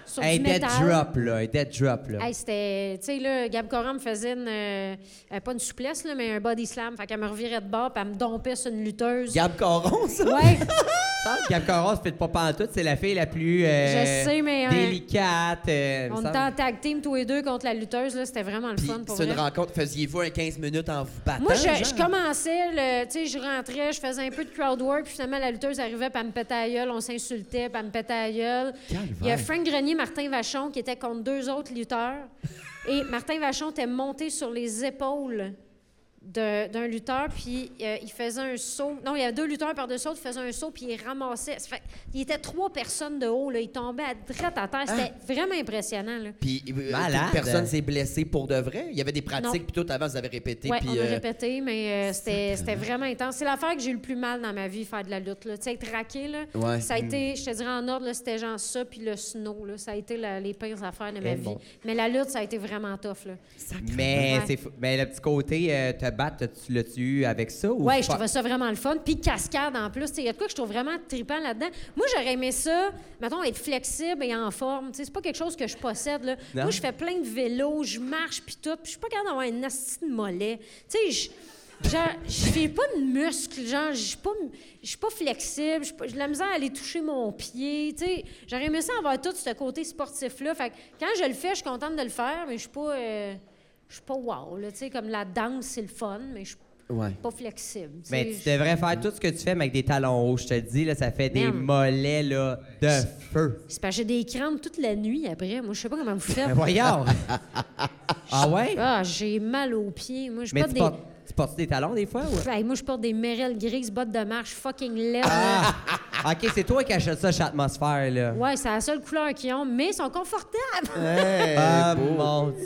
sur Un du dead métal. drop, là. Un dead drop, là. Hey, c'était, tu sais, là, Gab Coran me faisait une, euh, euh, pas une souplesse, là, mais un body slam. Fait qu'elle me revirait de bord, puis elle me dompait sur une lutteuse. Gab Coron, ça? Ouais. Ah, Gab Coron se fait pas pantoute, c'est la fille la plus euh, Je sais, mais, euh, délicate. euh, On me était en tag team tous les deux contre la lutteuse, là. C'était vraiment le Puis, fun pour c'est une vrai. rencontre, faisiez-vous un 15 minutes en vous battant? Moi, je, genre? je commençais, le- tu sais, je rentrais, je faisais un peu de crowd work, puis finalement, la lutteuse arrivait, puis elle me pétait à gueule, on s'insultait, puis elle me pétait à gueule. Il y a Frank Grenier, Martin Vachon, qui étaient contre deux <laughs> autres lutteurs. Et Martin Vachon était monté sur les épaules de- d'un lutteur, puis euh, il faisait un saut. Non, il y avait deux lutteurs par-dessus l'autre, il faisait un saut, puis il ramassait. Ça fait- il était trois personnes de haut, là. Il tombait à droite à terre. Ah. C'était vraiment impressionnant, là. Puis euh, Malade. toute personne s'est blessée pour de vrai? Il y avait des pratiques, Non. puis tout avant, vous avez répété. Ouais, puis, on a euh, hein. répété, mais euh, c'était c'était vraiment intense. C'est l'affaire que j'ai eu le plus mal dans ma vie, faire de la lutte. là. Tu sais, être raqué, là, Ouais. Mm. ça a été, je te dirais, en ordre, là, c'était genre ça, puis le snow. Là, ça a été la- les pires affaires de ma Eh vie. bon. Mais la lutte, ça a été vraiment tough. Là. Mais, Ouais. c'est fou- mais le petit côté euh, te battre, tu l'as-tu eu avec ça? Ou Ouais, pas? je trouvais ça vraiment le fun. Puis cascade en plus. Tu sais, Il y a de quoi que je trouve vraiment trippant là-dedans. Moi, j'aurais aimé ça, mettons, être flexible et en forme. Tu sais, C'est pas quelque chose que je possède. Là. Non. Moi, je fais plein de vélo, je marche, puis tout. Puis je suis pas capable d'avoir un asti de mollet. Tu sais, je- genre, je fais pas de muscles. Genre, je suis pas, je suis pas flexible. je suis pas- J'ai de la misère à aller toucher mon pied. Tu sais, J'aurais aimé ça avoir tout ce côté sportif-là. Fait que quand je le fais, je suis contente de le faire, mais je suis pas... euh, je suis pas wow, là, tu sais, comme la danse, c'est le fun, mais je Ouais. pas flexible. tu Mais sais, tu devrais faire tout ce que tu fais, mais avec des talons hauts, je te le dis, là, ça fait des Merde. mollets là, de feu. je- C'est parce que j'ai des crampes toute la nuit après. Moi, je sais pas comment Ben vous <laughs> faites. voyons! ah ouais? Ah, j'ai mal aux pieds. Moi, je Mais porte tu des. portes, tu portes des talons des fois? <laughs> Ouais? Hey, moi, je porte des merelles grises, bottes de marche, fucking laides. Ah! ok, c'est toi qui achètes ça chez Atmosphère, là. Ouais, c'est la seule couleur qu'ils ont, mais ils sont confortables. Ah mon Dieu.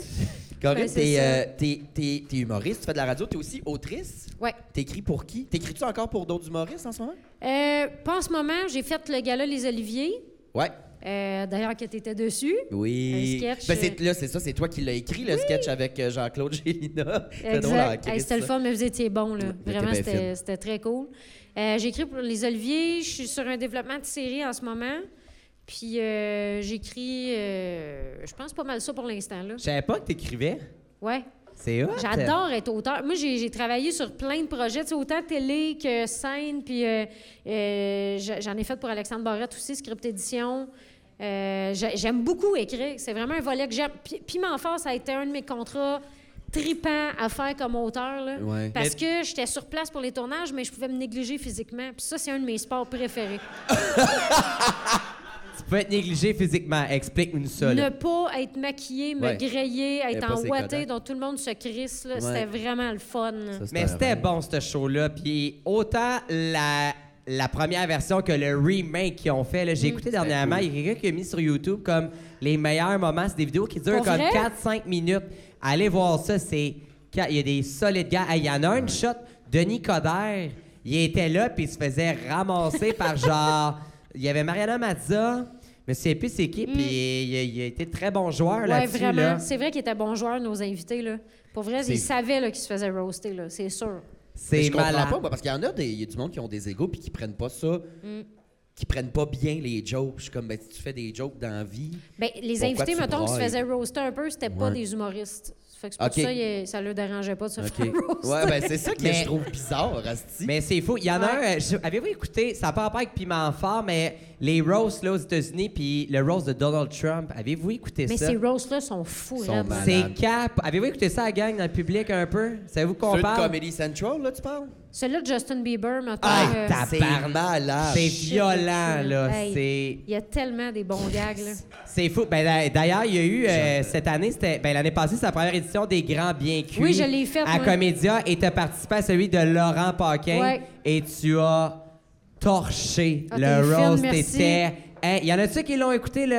Corinne, Ouais, c'est t'es, ça. euh, t'es- t'es- t'es humoriste, tu fais de la radio, t'es aussi autrice. ouais. T'écris pour qui? T'écris-tu encore pour d'autres humoristes en ce moment? Euh, pas en ce moment, j'ai fait le gala Les Oliviers. Ouais. Euh, D'ailleurs, que t'étais dessus. Oui. Un sketch, Ben, c'est, euh, là, c'est ça, c'est toi qui l'as écrit, le sketch avec euh, Jean-Claude Gélina. <laughs> C'était drôle hein, en Exact. crise, Hey, C'était le ça. fun, mais vous étiez bon. Là. t'étais Vraiment, bien c'était fine. c'était très cool. Euh, J'écris pour Les Oliviers. Je suis sur un développement de série en ce moment. Puis euh, j'écris, euh, je pense, pas mal ça pour l'instant. là. Je savais pas que t'écrivais. Ouais. C'est hot. J'adore être auteur. Moi, j'ai j'ai travaillé sur plein de projets, tu sais, autant télé que scène. Puis euh, euh, j'a- j'en ai fait pour Alexandre Barrette aussi, script édition. Euh, j'a- J'aime beaucoup écrire. C'est vraiment un volet que j'aime. Puis Piment Fort, ça a été un de mes contrats tripants à faire comme auteur. là. Ouais. Parce que j'étais sur place pour les tournages, mais je pouvais me négliger physiquement. Puis ça, c'est un de mes sports préférés. Tu peux être négligé physiquement. Explique-nous ça, Ne là. pas être maquillé, me Ouais. griller, Et être pas en ses ouaté, Kodak. dont tout le monde se crisse. là. C'était vraiment le fun. Ça, c'est Mais un c'était rêve. bon, ce show-là. Puis autant la, la première version que le remake qu'ils ont fait. là, Mm. J'ai écouté dernièrement, il y a quelqu'un qui a mis sur YouTube comme les meilleurs moments. C'est des vidéos qui durent Pour comme vrai? 4-5 minutes. Allez voir ça, c'est... ca- Il y a des solides gars. Hey, Il y en a un shot, Denis Coderre, il était là, puis il se faisait ramasser <laughs> par genre... Il y avait Mariana Mazza, mais c'est plus c'est qui, puis il, a- il a été très bon joueur Mm. Ouais, là-dessus. vraiment. là. C'est vrai qu'ils étaient bons joueurs, nos invités. Là. Pour vrai, ils savaient là, qu'ils se faisaient roaster, là, c'est sûr. Mais C'est je comprends malade. pas, moi, parce qu'il y en a, des, il y a du monde qui ont des égaux puis qui prennent pas ça, Mm. qui prennent pas bien les jokes. Je suis comme, ben, si tu fais des jokes dans la vie. Ben, les Pourquoi invités, tu mettons, qui se brailles? faisaient roaster un peu, c'était pas Ouais. des humoristes. Fait que c'est pour Ok. ça que ça leur dérangeait pas de se OK. faire roaster. Ouais, ben, c'est ça que Mais- je trouve bizarre, Asti. Mais c'est fou. Il y en a un. euh, je- Avez-vous écouté, ça n'a pas rapport avec Piment Fort, mais les roasts là, aux États-Unis, puis le roast de Donald Trump. Avez-vous écouté Mais ça? ces roasts-là sont fous, Sont raides. mal. C'est Malade. cap. Avez-vous écouté ça, la gang, dans le public un peu? Savez-vous qu'on Ceux de parle? Comedy Central, là, tu parles? Celui-là de Justin Bieber, mettons. Ah, euh, tabarnak. C'est Parle. malade. C'est shit, violent, là-dessus, là. Hey, C'est. Il y a tellement des bons gags, <laughs> là. C'est fou. Ben, d'a- D'ailleurs, il y a eu euh, cette année, c'était ben, l'année passée, c'est la première édition des Grands Bien Cuits. Oui, je l'ai faite, À moi. Comédia, et tu as participé à celui de Laurent Paquin. Ouais. Et tu as torché Ah, t'es le une fine, roast. merci. T'étais- Hein, y en a-tu qui l'ont écouté, le...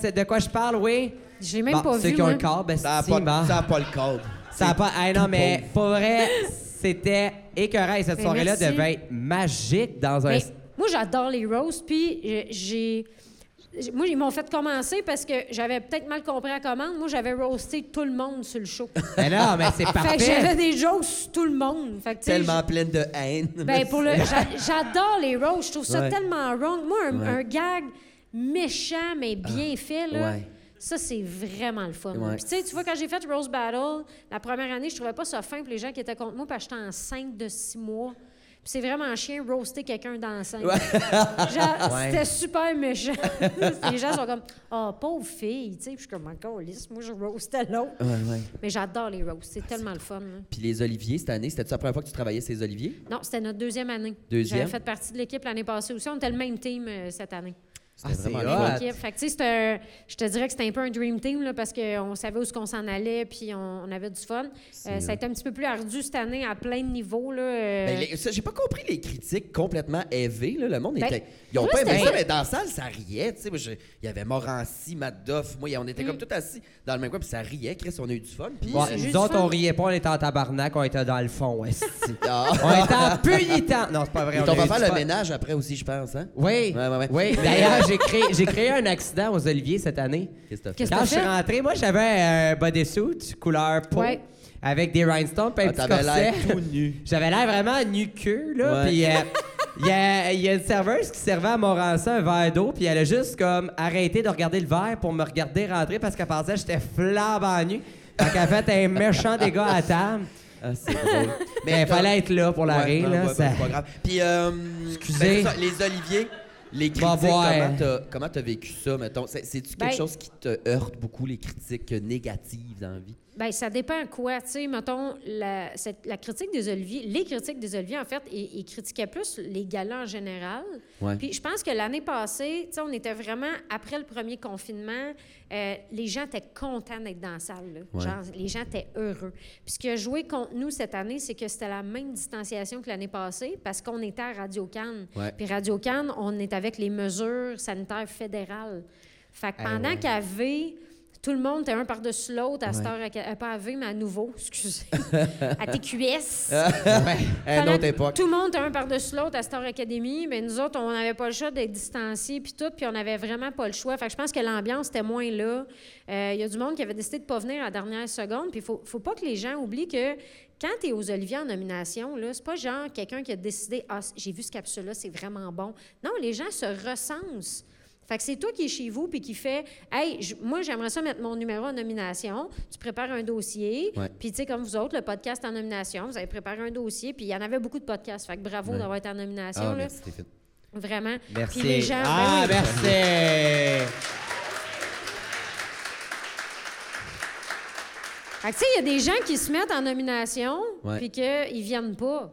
c'est de quoi je parle, oui? Je l'ai même Bon, pas ceux vu, qui ont moi. le corps, ben, Ça a si, pas, bon. ça a pas le code. Ça a pas... Hey, non, mais pour vrai, c'était écœurant. Et cette Ben, soirée-là merci. devait être magique dans un... Mais moi, j'adore les roasts, puis euh, j'ai... j- moi, ils m'ont fait commencer parce que j'avais peut-être mal compris la commande. Moi, j'avais roasté tout le monde sur le show. Mais non, mais c'est <laughs> fait que parfait. j'avais des jokes sur tout le monde. Fait que, tu <laughs> sais, Tellement pleine de haine. Ben, pour le, j'a- j'adore les roasts. Je trouve ça Ouais. tellement wrong. Moi, un, Ouais. Ah, un gag méchant, mais bien fait, là, ouais. ça, c'est vraiment le fun. Ouais. Puis, tu sais, tu vois, quand j'ai fait Rose Battle, la première année, je trouvais pas ça fin pour les gens qui étaient contre moi parce que j'étais enceinte de six mois. Puis c'est vraiment chien roaster quelqu'un d'enceinte. <laughs> Genre, Ouais. c'était super méchant. <laughs> les gens sont comme, ah, pauvre fille, tu sais. Puis je suis comme, encore lisse, moi, je roastais l'autre. <laughs> Ouais, ouais. Mais j'adore les roasts. Ah, C'est tellement le fun. là. Puis les oliviers, cette année, c'était-tu la première fois que tu travaillais ces oliviers? Non, c'était notre deuxième année. Deuxième. J'avais fait partie de l'équipe l'année passée aussi. On était le même team euh, cette année. C'était Ah, c'est vraiment hot. le fun. L'équipe. Fait que, tu sais, c'était un- je te dirais que c'était un peu un dream team là, parce qu'on savait où ce qu'on s'en allait puis on, on avait du fun. Euh, ça a été un petit peu plus ardu cette année à plein de niveaux. Là, euh, Ben, les- ça, j'ai pas compris les critiques complètement élevées. Là. Le monde Ben, était. Ils ont moi, pas aimé c'était- ça, mais dans la salle, ça riait. tu sais. Moi, je- Il y avait Morancy, Madoff, moi, on était comme tout assis dans le même coin, puis ça riait. Chris, on a eu du fun. Puis. Mm. Ouais, c'est juste nous autres, fun. on riait pas, on était en tabarnak, on était dans le fond, esti. Ah. On <laughs> était en punitant. Non, c'est pas vrai. Puis Ah, on a va eu du faire le fun. ménage après aussi, je pense. Hein? Ouais, Oui, ouais, ouais. <laughs> oui. D'ailleurs, j'ai créé, j'ai créé un accident aux Oliviers cette année. Qu'est-ce que t'as fait? Qu'est-ce Quand t'as je suis fait? rentré, moi, j'avais un bodysuit couleur peau Ouais. avec des rhinestones, puis un Ah, petit t'avais l'air corset. tout nu. <laughs> J'avais l'air vraiment nu-queue, là. Ouais. <laughs> Puis euh, il y, a, il y a une serveuse qui servait à Morancy un verre d'eau, puis elle a juste comme arrêté de regarder le verre pour me regarder rentrer parce qu'elle pensait que j'étais flambant nu. Fait qu'elle a fait un <laughs> méchant dégât à table. Ah, c'est drôle. Ben, Mais il comme- fallait être là pour Ouais, l'arrêt, non, là. ouais, ça- C'est pas grave. Puis, euh, Excusez. ben, c'est ça, les oliviers, les critiques, Va voir. comment t'as- comment t'as vécu ça, mettons? C'est- C'est-tu quelque Ben- chose qui te heurte beaucoup, les critiques négatives dans la <laughs> vie? Ben, ça dépend quoi. Tu sais, mettons, la, cette- la critique des Oliviers, les critiques des Oliviers, en fait, ils, ils critiquaient plus les galas en général. Ouais. Puis je pense que l'année passée, tu sais, on était vraiment, après le premier confinement, euh, les gens étaient contents d'être dans la salle. là. Ouais. Genre, les gens étaient heureux. Puis ce qui a joué contre nous cette année, c'est que c'était la même distanciation que l'année passée parce qu'on était à Radio-Cannes. Ouais. Puis Radio-Cannes, on est avec les mesures sanitaires fédérales. Fait que pendant qu'à V, tout le monde était un par-dessus l'autre, à cette heure, à ca- euh, pas à V, mais à nouveau, <laughs> excusez, à TQS. Un Pendant autre que Euh, époque. Tout le monde était un par-dessus l'autre à Star Academy, mais nous autres, on n'avait pas le choix d'être distanciés, puis tout, puis on n'avait vraiment pas le choix. Fait que je pense que l'ambiance était moins là. Euh, Il y a du monde qui avait décidé de pas venir à la dernière seconde, puis il faut, faut pas que les gens oublient que quand tu es aux Olivier en nomination, là, c'est pas genre quelqu'un qui a décidé « Ah, j'ai vu ce capsule-là, c'est vraiment bon ». Non, les gens se recensent. Fait que c'est toi qui es chez vous puis qui fait Hey, j- moi, j'aimerais ça mettre mon numéro en nomination. Tu prépares un dossier. Ouais. Puis, tu sais, comme vous autres, le podcast en nomination, vous avez préparé un dossier. Puis, il y en avait beaucoup de podcasts. Fait que bravo d'avoir été en nomination. Ah, là. merci, Stéphane. Vraiment. Merci. Puis, les gens. ben ah, oui. merci. Fait que, tu sais, il y a des gens qui se mettent en nomination Ouais. puis qu'ils viennent pas.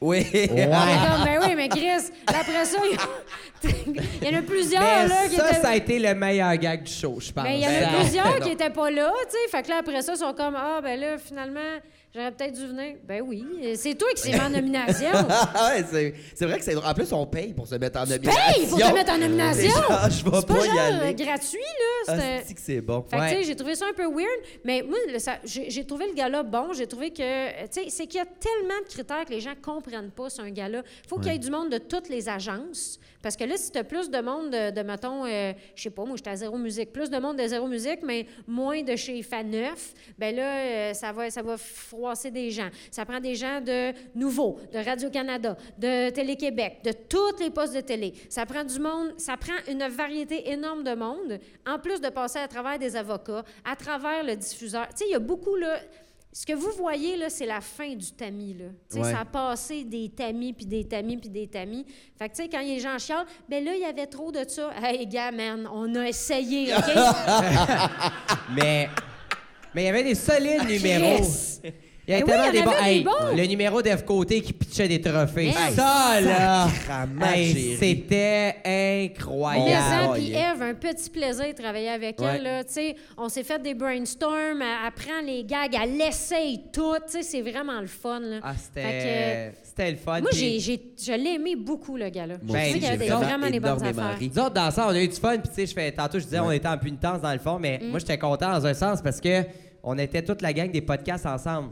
Oui. <laughs> On est comme, ben oui, mais Chris, après ça, il y a- <laughs> il y en a plusieurs Mais Ah, là, qui Ben, ça, étaient- ça a été le meilleur gag du show, je pense. Ben, Mais il y en a Ça- plusieurs qui n'étaient pas là, tu sais. Fait que là, après ça, ils sont comme Ah, ben là, finalement, j'aurais peut-être dû venir. Ben oui, c'est toi qui s'est mis en nomination. <laughs> Ah ouais, c'est- c'est vrai que c'est drôle. En plus, on paye pour se mettre en nomination. Paye pour te mettre en nomination! <laughs> C'est genre, Ah, je vais C'est pas pas y genre euh, aller. gratuit, là. Ah, c'est un- c'est que c'est bon. Fait que, tu Ouais. sais, j'ai trouvé ça un peu weird, mais moi, le- ça- j'ai j'ai trouvé le gala bon. J'ai trouvé que, euh, tu sais, c'est qu'il y a tellement de critères que les gens comprennent pas sur un gala. faut qu'il y ait du monde de toutes les agences. Parce que là, si tu as plus de monde de, de, mettons, euh, je sais pas, moi, j'étais à Zéro Musique, plus de monde de Zéro Musique, mais moins de chez Faneuf, ben là, euh, ça, va, ça va froisser des gens. Ça prend des gens de Nouveau, de Radio-Canada, de Télé-Québec, de tous les postes de télé. Ça prend du monde, ça prend une variété énorme de monde, en plus de passer à travers des avocats, à travers le diffuseur. Tu sais, il y a beaucoup, là... Ce que vous voyez, là, c'est la fin du tamis, là. Tu sais, Ouais. ça a passé des tamis, puis des tamis, puis des tamis. Fait que, tu sais, quand les gens chialent, ben là, il y avait trop de ça. Hey, gars, man, on a essayé, OK? Mais mais il y avait des solides numéros. Il y avait Ah, tellement Eh oui, il y en des, bons. avait des bons. Le numéro d'Eve Côté qui pitchait des trophées. Hey, ça, là, sacrement, hey, chérie. c'était Mais incroyable. ça, puis Eve, un petit plaisir de travailler avec Ah, Ouais. elle. Là, tu sais, on s'est fait des brainstorms, elle, elle prend les gags, elle essaye tout. tu sais, C'est vraiment le fun. Là. Ah, Fait c'était c'était le fun. que, moi, puis- j'ai, j'ai- je l'ai aimé beaucoup, le gars-là. Moi je aussi, sais qu'il y avait j'ai des- vraiment vraiment des bonnes Ben, énormément affaires. ri. Nous autres, dans ça, on a eu du fun. Puis, tu sais, je fais- tantôt, je disais, on était en punitance dans le fond, mais moi, j'étais content dans un sens parce que on était toute la gang des podcasts ensemble.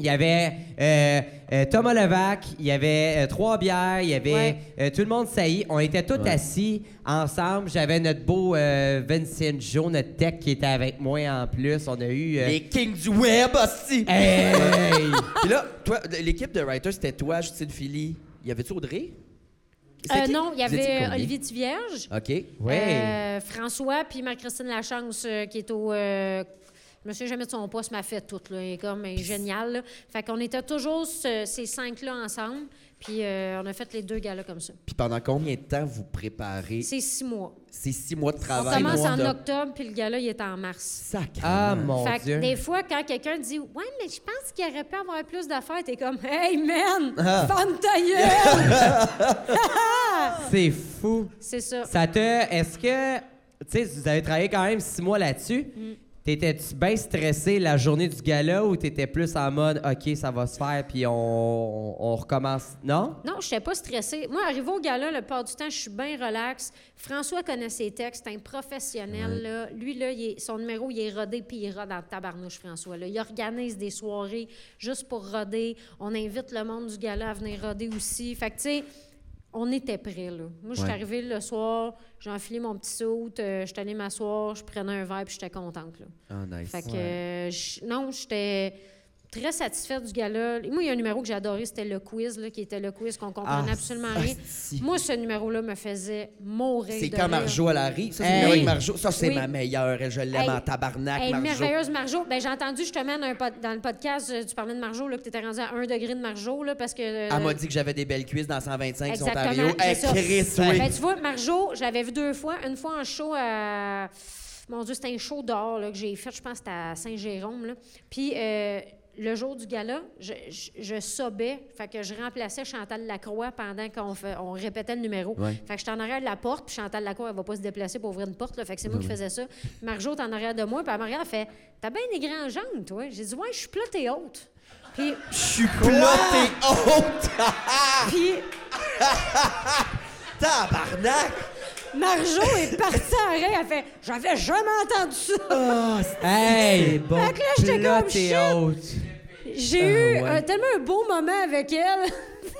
Il y avait euh, euh, Thomas Levac, il y avait euh, Trois Bières, il y avait Ouais. euh, tout le monde saillit. On était tous assis ensemble. J'avais notre beau euh, Vincent Joe, notre tech qui était avec moi en plus. On a eu. euh, Les kings du web aussi. <laughs> Hey! Puis là, toi, l'équipe de writers, c'était toi, Justine Philly. Y avait-tu Audrey? C'était Euh, qui? non, il y Vous étiez avait combien? Ah, Olivier Tivierge, OK. Ouais. euh, François, puis Marie-Christine Lachance, euh, qui est au... euh, je me souviens jamais de son poste, m'a fait toute, là. Elle est comme elle est géniale. là. Fait qu'on était toujours ce- ces cinq-là ensemble, puis euh, on a fait les deux galas comme ça. Puis pendant combien de temps vous préparez C'est six mois. ces six mois de On travail? commence en non-stop? octobre, puis le gala, il est en mars. Sacrément. Ah mon fait que Dieu. des fois, quand quelqu'un dit Ouais, mais je pense qu'il aurait pu avoir plus d'affaires, t'es comme Hey man, ferme ta gueule! C'est fou. <laughs> C'est ça. Ça te. Est-ce que. Tu sais, vous avez travaillé quand même six mois là-dessus. Mm. T'étais-tu bien stressé la journée du gala ou t'étais plus en mode OK, ça va se faire puis on, on- on recommence? Non? Non, je n'étais pas stressée. Moi, arrivé au gala, le part du temps, je suis bien relax. François connaît ses textes, c'est un professionnel. là. Lui, là, il est- son numéro, il est rodé, puis il est dans le tabarnouche, François. là. Il organise des soirées juste pour roder. On invite le monde du gala à venir roder aussi. Fait que, tu sais, on était prêts, là. Moi, je suis Ouais. arrivée le soir, j'ai enfilé mon petit saut, je suis allée m'asseoir, je prenais un verre, puis j'étais contente, là. Ah, nice. Fait que, euh, je- non, j'étais très satisfaite du gala. Moi, il y a un numéro que j'ai adoré, c'était le quiz, là, qui était le quiz qu'on comprenait Ah, absolument rien. asti. Moi, ce numéro-là me faisait mourir. C'est de quand rire. Marjo elle arrive. Ça, c'est Hey. le avec Marjo. Ça, c'est Oui. ma meilleure. Je l'aime Hey. en tabarnak, Hey, Marjo. merveilleuse Marjo. Ben, j'ai entendu justement dans, un pod- dans le podcast, euh, tu parlais de Marjo, là, que tu étais rendu à 1 degré de Marjo, là, parce que. euh, Elle m'a dit que j'avais des belles cuisses dans 125 sur Exactement, Ontario. c'est Hey, ça. Chris, oui. Ben, tu vois, Marjo, je l'avais vu deux fois. Une fois en show à. Mon Dieu, c'était un show dehors là, que j'ai fait, je pense que c'était à Saint-Jérôme. là. Puis euh, le jour du gala, je, je, je sobais. Fait que je remplaçais Chantal Lacroix pendant qu'on fait- on répétait le numéro. Fait que j'étais en arrière de la porte, puis Chantal Lacroix, elle va pas se déplacer pour ouvrir une porte. là. fait que c'est moi qui faisais ça. Marjo, t'es en arrière de moi, puis elle m'arrière, elle fait T'as bien des grands jambes, toi. J'ai dit Ouais, je suis plate et haute. Puis. Je suis plat, t'es honte. puis Tabarnak. Marjo est partie en rire. Elle fait J'avais jamais entendu ça. Ah, Hey! Bon, Fait que là, j'étais plot comme, et shit! haute. Ah, J'ai eu ouais. euh, tellement un beau moment avec elle.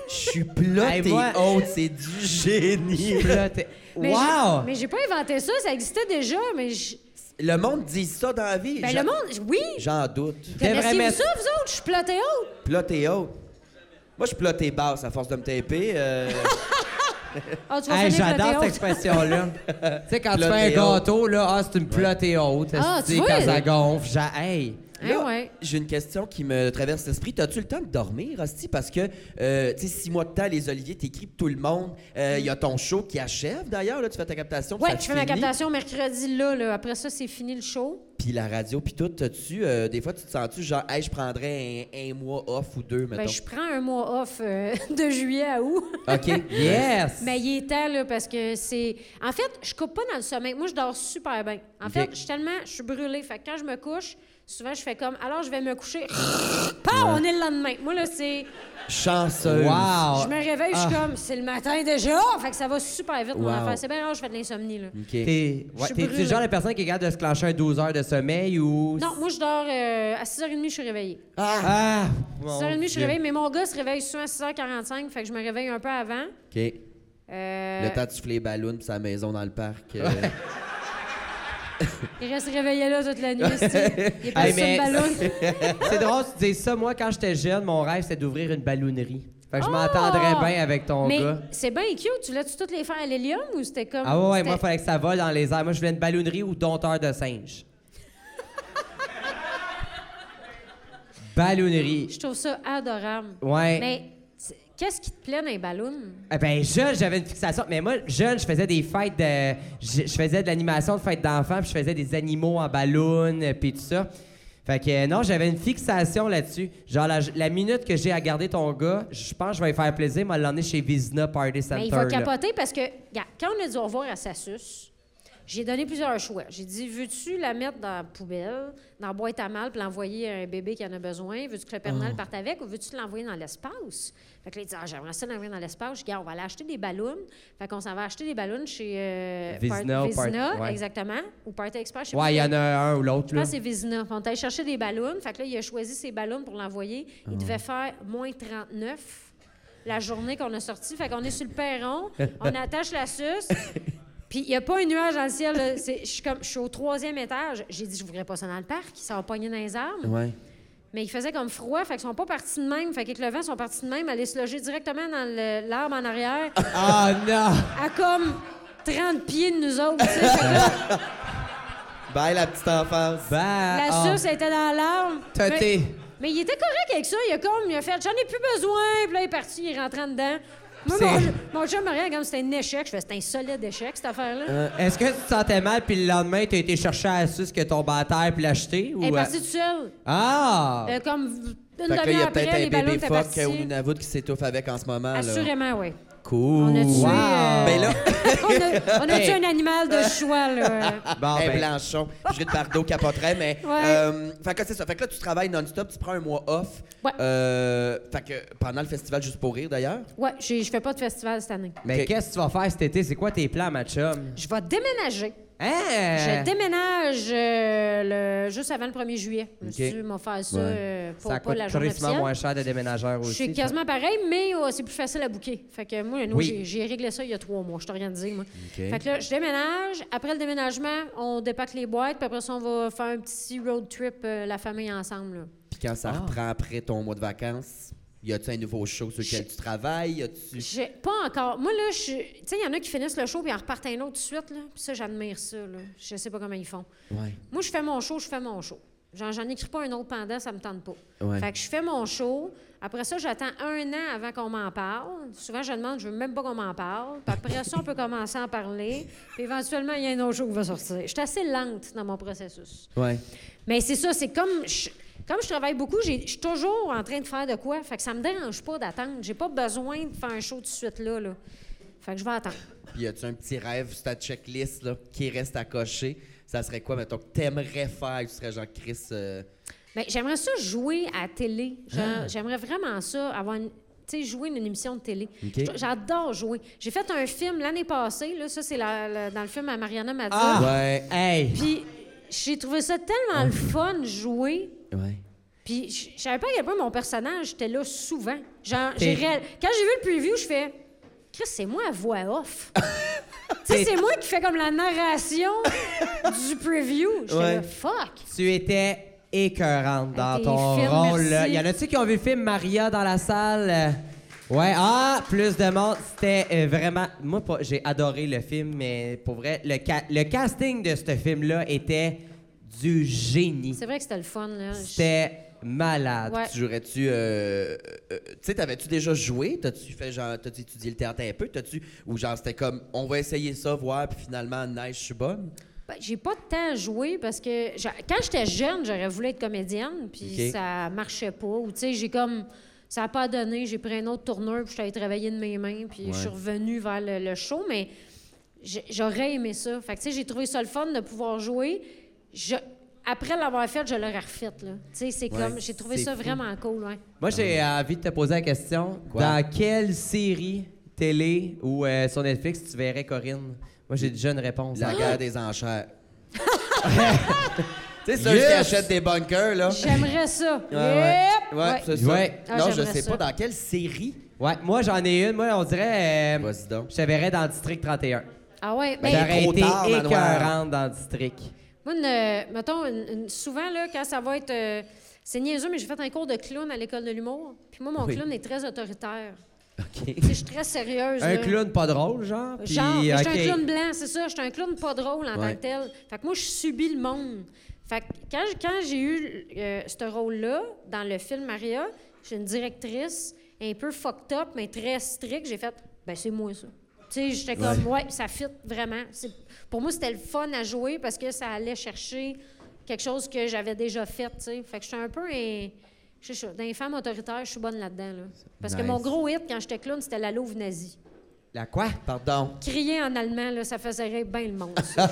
je suis plat, Hey, t'es moi- honte. C'est du génie. Plot et- <laughs> Mais wow! j'ai- Mais j'ai pas inventé ça, ça existait déjà. Mais je- Le monde dit ça dans la vie. ben, J'en- le monde, oui. J'en doute. Devrais Connaissiez-vous mettre- ça, vous autres? Je suis platée haute. Plat et haut. Moi, je suis plat et basse à force de me taper. <laughs> euh, Ah, tu vas Hey, finir platée j'adore haute. cette <laughs> expression-là. tu sais, quand tu Plot fais un et haute. gâteau, là, ah, c'est une plot et haute. Ah, c'est tu vois? quand ça gonfle, j'a- hey. Hein, Là, ouais. J'ai une question qui me traverse l'esprit. T'as-tu le temps de dormir, Asti? Parce que, euh, tu sais, six mois de temps, les Oliviers, t'écris pour tout le monde. Euh, Il y a ton show qui achève, d'ailleurs. Là, tu fais ta captation. puis ça Ouais, je fais ma finit. captation mercredi là, là. Après ça, c'est fini le show. Puis la radio, puis tout. T'as-tu, euh, des fois, tu te sens-tu genre, hey, je prendrais un, un mois off ou deux, mettons? Ben, je prends un mois off euh, <laughs> de juillet à août. OK. <laughs> Yes! Mais il est temps, là, parce que c'est. En fait, je coupe pas dans le sommeil. Moi, je dors super bien. En fait, je suis tellement. Je suis brûlée. Fait que quand je me couche, souvent, je fais comme. Alors, je vais me <laughs> coucher. Pas, on est le lendemain. Moi, là, c'est. Chanceuse. Wow! Je me réveille, je suis comme. C'est le matin déjà. Fait que ça va super vite, mon Ah. Wow. affaire. C'est bien rare, je fais de l'insomnie, là. OK. T'es Je ouais, suis t'es- t'es brûlée. le genre de personne qui est capable de se clencher un 12 heures de sommeil ou. Non, moi, je dors euh, à 6h30, je suis réveillée. Ah! Ah! À mon 6h30, je suis Dieu. réveillée, mais mon gars se réveille souvent à 6h45. Fait que je me réveille un peu avant. OK. Le Euh, temps de souffler les ballons, puis sa maison dans le parc. <laughs> euh, il reste réveillé là toute <laughs> la nuit. c'est- Il est pas Hey, sur mais- une ballon. <laughs> C'est drôle, tu dis ça. Moi, quand j'étais jeune, mon rêve, c'était d'ouvrir une ballonnerie. Fait que je Ah! m'entendrais bien avec ton Mais gars. c'est bien cute. Tu voulais-tu toutes les faire à l'hélium ou c'était comme. Ah ouais, ouais, moi, il c'était- fallait que ça vole dans les airs. Moi, je voulais une ballonnerie ou dompteur de <laughs> singe. ballonnerie. Je trouve ça adorable. Ouais. Mais c'est- qu'est-ce qui te plaît dans les ballons? Eh Ben, jeune, j'avais une fixation. Mais moi, jeune, je faisais des fêtes de. Je, je faisais de l'animation de fêtes d'enfants, puis je faisais des animaux en ballon, euh, puis tout ça. Fait que euh, non, j'avais une fixation là-dessus. Genre, la, la minute que j'ai à garder ton gars, je pense que je vais lui faire plaisir, m'a l'emmener chez Vizina Party Center. Mais il va là. capoter parce que, regarde, quand on a dit au revoir à Sassus, J'ai donné plusieurs choix. J'ai dit, veux-tu la mettre dans la poubelle, dans la boîte à mal, puis l'envoyer à un bébé qui en a besoin? Veux-tu que le Père Oh. Noël parte avec ou veux-tu l'envoyer dans l'espace? Fait que là, il dit, ah, j'aimerais ça l'envoyer dans l'espace. Je dis, Gars, on va aller acheter des ballons. Fait qu'on s'en va acheter des ballons chez euh, Part- Vézina, Part- Vézina, ouais. exactement, ou Party Express. je sais pas. Ouais, Ah, il y en a un ou l'autre, Je pense là. que c'est Vézina. On est allé chercher des ballons. Fait que là, il a choisi ses ballons pour l'envoyer. Il Ah. devait faire moins 39 la journée qu'on a sorti. Fait qu'on est sur le <laughs> perron, on attache la suce. Puis il n'y a pas un nuage dans le ciel. là. C'est- Je suis comme- je suis au troisième étage. J'ai dit, je voudrais pas ça dans le parc. Ça va pogner dans les arbres. Ouais. Mais il faisait comme froid, fait qu'ils sont pas partis de même. Fait qu'avec le vent, ils sont partis de même, aller se loger directement dans le- l'arbre en arrière, Ah non! à comme 30 pieds de nous autres. tu sais. Fait que là, Bye, la petite enfance. Bah, la ah. suce elle était dans l'arbre. Teuté. Mais, mais il était correct avec ça. Il a comme, il a fait, j'en ai plus besoin. Puis là, il est parti, il est rentré en dedans. Moi, C'est- mon, mon chum me regarde comme c'était un échec. Je fais, c'était un solide échec, cette affaire-là. euh, Est-ce que tu te sentais mal, puis le lendemain, t'as été chercher à la suce que tombé à terre, puis l'acheter? Ou... Elle est euh, partie toute seule. Ah! Euh, comme une Fait que là, il y demi-heure a peut-être après, les un ballons bébé étaient fuck partis. au Nunavut qui s'étouffe avec en ce moment. Là. Assurément, oui. Cool. On <laughs> a tué, Wow. euh, Ben là, <laughs> on a, on a tué Hey. un <laughs> animal de choix, là. Bon, Hey, ben, Blanchon, Brigitte Bardot capoterait, mais. Ouais. euh, fait que c'est ça. Fait que là, tu travailles non-stop, tu prends un mois off. Ouais. Euh, fait que pendant le festival Juste pour rire, d'ailleurs. Ouais, j'ai- je fais pas de festival cette année. mais Ok. qu'est-ce que tu vas faire cet été? C'est quoi tes plans, ma chum? Je vais déménager. Hein? Euh. Je déménage euh, le, juste avant le 1er juillet. Je me suis Ok. dit, m'en faire ça Ouais. euh, pour Ça pas coûte la journée crissement officielle. moins cher de déménageur Je aussi. suis ça. quasiment pareil, mais euh, c'est plus facile à bouquer. Fait que moi, nous, Oui. j'ai- j'ai réglé ça il y a trois mois. Je suis organisée, moi. Fait que là, je déménage. Après le déménagement, on dépaque les boîtes. Puis après ça, on va faire un petit road trip, euh, la famille ensemble. là. Puis quand Ah. ça reprend après ton mois de vacances, y a-tu un nouveau show sur lequel tu travailles? Y a-tu. J'ai pas encore. Moi, là, je suis- tu sais, il y en a qui finissent le show puis en repartent un autre tout de suite. Là. Puis ça, j'admire ça. Là. Je sais pas comment ils font. Ouais. Moi, je fais mon show, je fais mon show. J'en, j'en écris pas un autre pendant, ça me tente pas. Ouais. Fait que je fais mon show. Après ça, j'attends un an avant qu'on m'en parle. Souvent, je demande, je veux même pas qu'on m'en parle. Puis après ça, on peut commencer à en parler. Puis éventuellement, il y a un autre show qui va sortir. Je suis assez lente dans mon processus. Ouais. Mais c'est ça, c'est comme je, comme je travaille beaucoup, j'ai- je suis toujours en train de faire de quoi. Fait que ça me dérange pas d'attendre. J'ai pas besoin de faire un show tout de suite là. là. Fait que je vais attendre. Puis y a-tu un petit rêve sur ta checklist là, qui reste à cocher? Ça serait quoi, mettons, que t'aimerais faire? Tu serais genre Chris. euh, Ben, j'aimerais ça jouer à la télé. Genre, Ah. J'aimerais vraiment ça, avoir une- tu sais, jouer une émission de télé. J- J'adore jouer. J'ai fait un film l'année passée, là, ça c'est la- la- dans le film à Mariana Mazza. Ah! Ouais. Hey! Puis j'ai trouvé ça tellement le Ah. fun jouer. Ouais. Puis je je savais pas à quel point mon personnage était là souvent. Genre, T'es- j'ai réel- Quand j'ai vu le preview, je fais Chris, c'est moi à voix <laughs> off. Tu sais, c'est moi qui fais comme la narration du preview. Je Ouais. là, fuck. Tu étais écœurante dans tes ton films, rôle. merci. là. Il y en a-tu qui ont vu le film Maria dans la salle? Euh, Ouais, ah, plus de monde. C'était euh, vraiment. Moi, pas- j'ai adoré le film, mais pour vrai, le, ca- le casting de ce film-là était du génie. C'est vrai que c'était le fun. Là. C'était malade. Ouais. Tu jouerais-tu. euh, euh, tu sais, t'avais-tu déjà joué? T'as-tu fait genre. T'as-tu étudié le théâtre un peu? T'as-tu. Ou genre, c'était comme, on va essayer ça, voir, puis finalement, nice, je suis bonne? Ben, j'ai pas de temps à jouer parce que j'a- quand j'étais jeune, j'aurais voulu être comédienne, puis Ok. ça marchait pas. Ou tu sais, j'ai comme. Ça a pas donné, j'ai pris un autre tourneur, puis je suis allée travailler de mes mains, puis je suis revenue vers le, le show, mais j'ai- j'aurais aimé ça. Fait que tu sais, j'ai trouvé ça le fun de pouvoir jouer. Je- Après l'avoir fait, je l'aurais refait, là. Tu sais, c'est comme. J'ai trouvé c'est ça fou. vraiment cool, ouais. Moi, j'ai envie de te poser la question. Ah. Quoi? Dans quelle série, télé ou euh, sur Netflix tu verrais Corinne? Moi, j'ai déjà une réponse. <gasps> Ah! La guerre des enchères. tu sais, ceux Yes! qui achètent des bunkers, là. J'aimerais ça. Ouais, ouais. Yep! Ouais, Ouais. c'est ça. Ouais. Ah, non, je j'aimerais sais ça. pas dans quelle série. Ouais, moi, j'en ai une. Moi, on dirait. euh, Vas-y donc. je te verrais dans le District 31. Ah ouais, Ben, ben, J'aurais trop été tard, Manoir. écœurante dans le District. Moi, une, euh, mettons, une- une- souvent, là, quand ça va être. euh, c'est niaiseux, mais j'ai fait un cours de clown à l'école de l'humour. Puis moi, mon Oui. clown est très autoritaire. OK. Tu sais, Je suis très sérieuse. Un là. clown pas drôle, genre. puis, Genre, mais je suis OK. un clown blanc, c'est ça. Je suis un clown pas drôle en tant Ouais. que tel. Fait que moi, je subis le monde. Fait que quand, quand j'ai eu euh, ce rôle-là dans le film Maria, j'ai une directrice un peu fucked up, mais très stricte. J'ai fait, ben c'est moi ça. Tu sais, j'étais comme, ouais, ça fit vraiment. C'est- Pour moi, c'était le fun à jouer parce que ça allait chercher quelque chose que j'avais déjà fait, tu sais. Fait que j'étais un peu un. Je sais pas, dans les femmes autoritaires, je suis bonne là-dedans. là. Parce que Nice. mon gros hit quand j'étais clown, c'était la louve nazie. La quoi? Pardon. Crier en allemand, là, ça faisait rire bien le <laughs> monde. ça.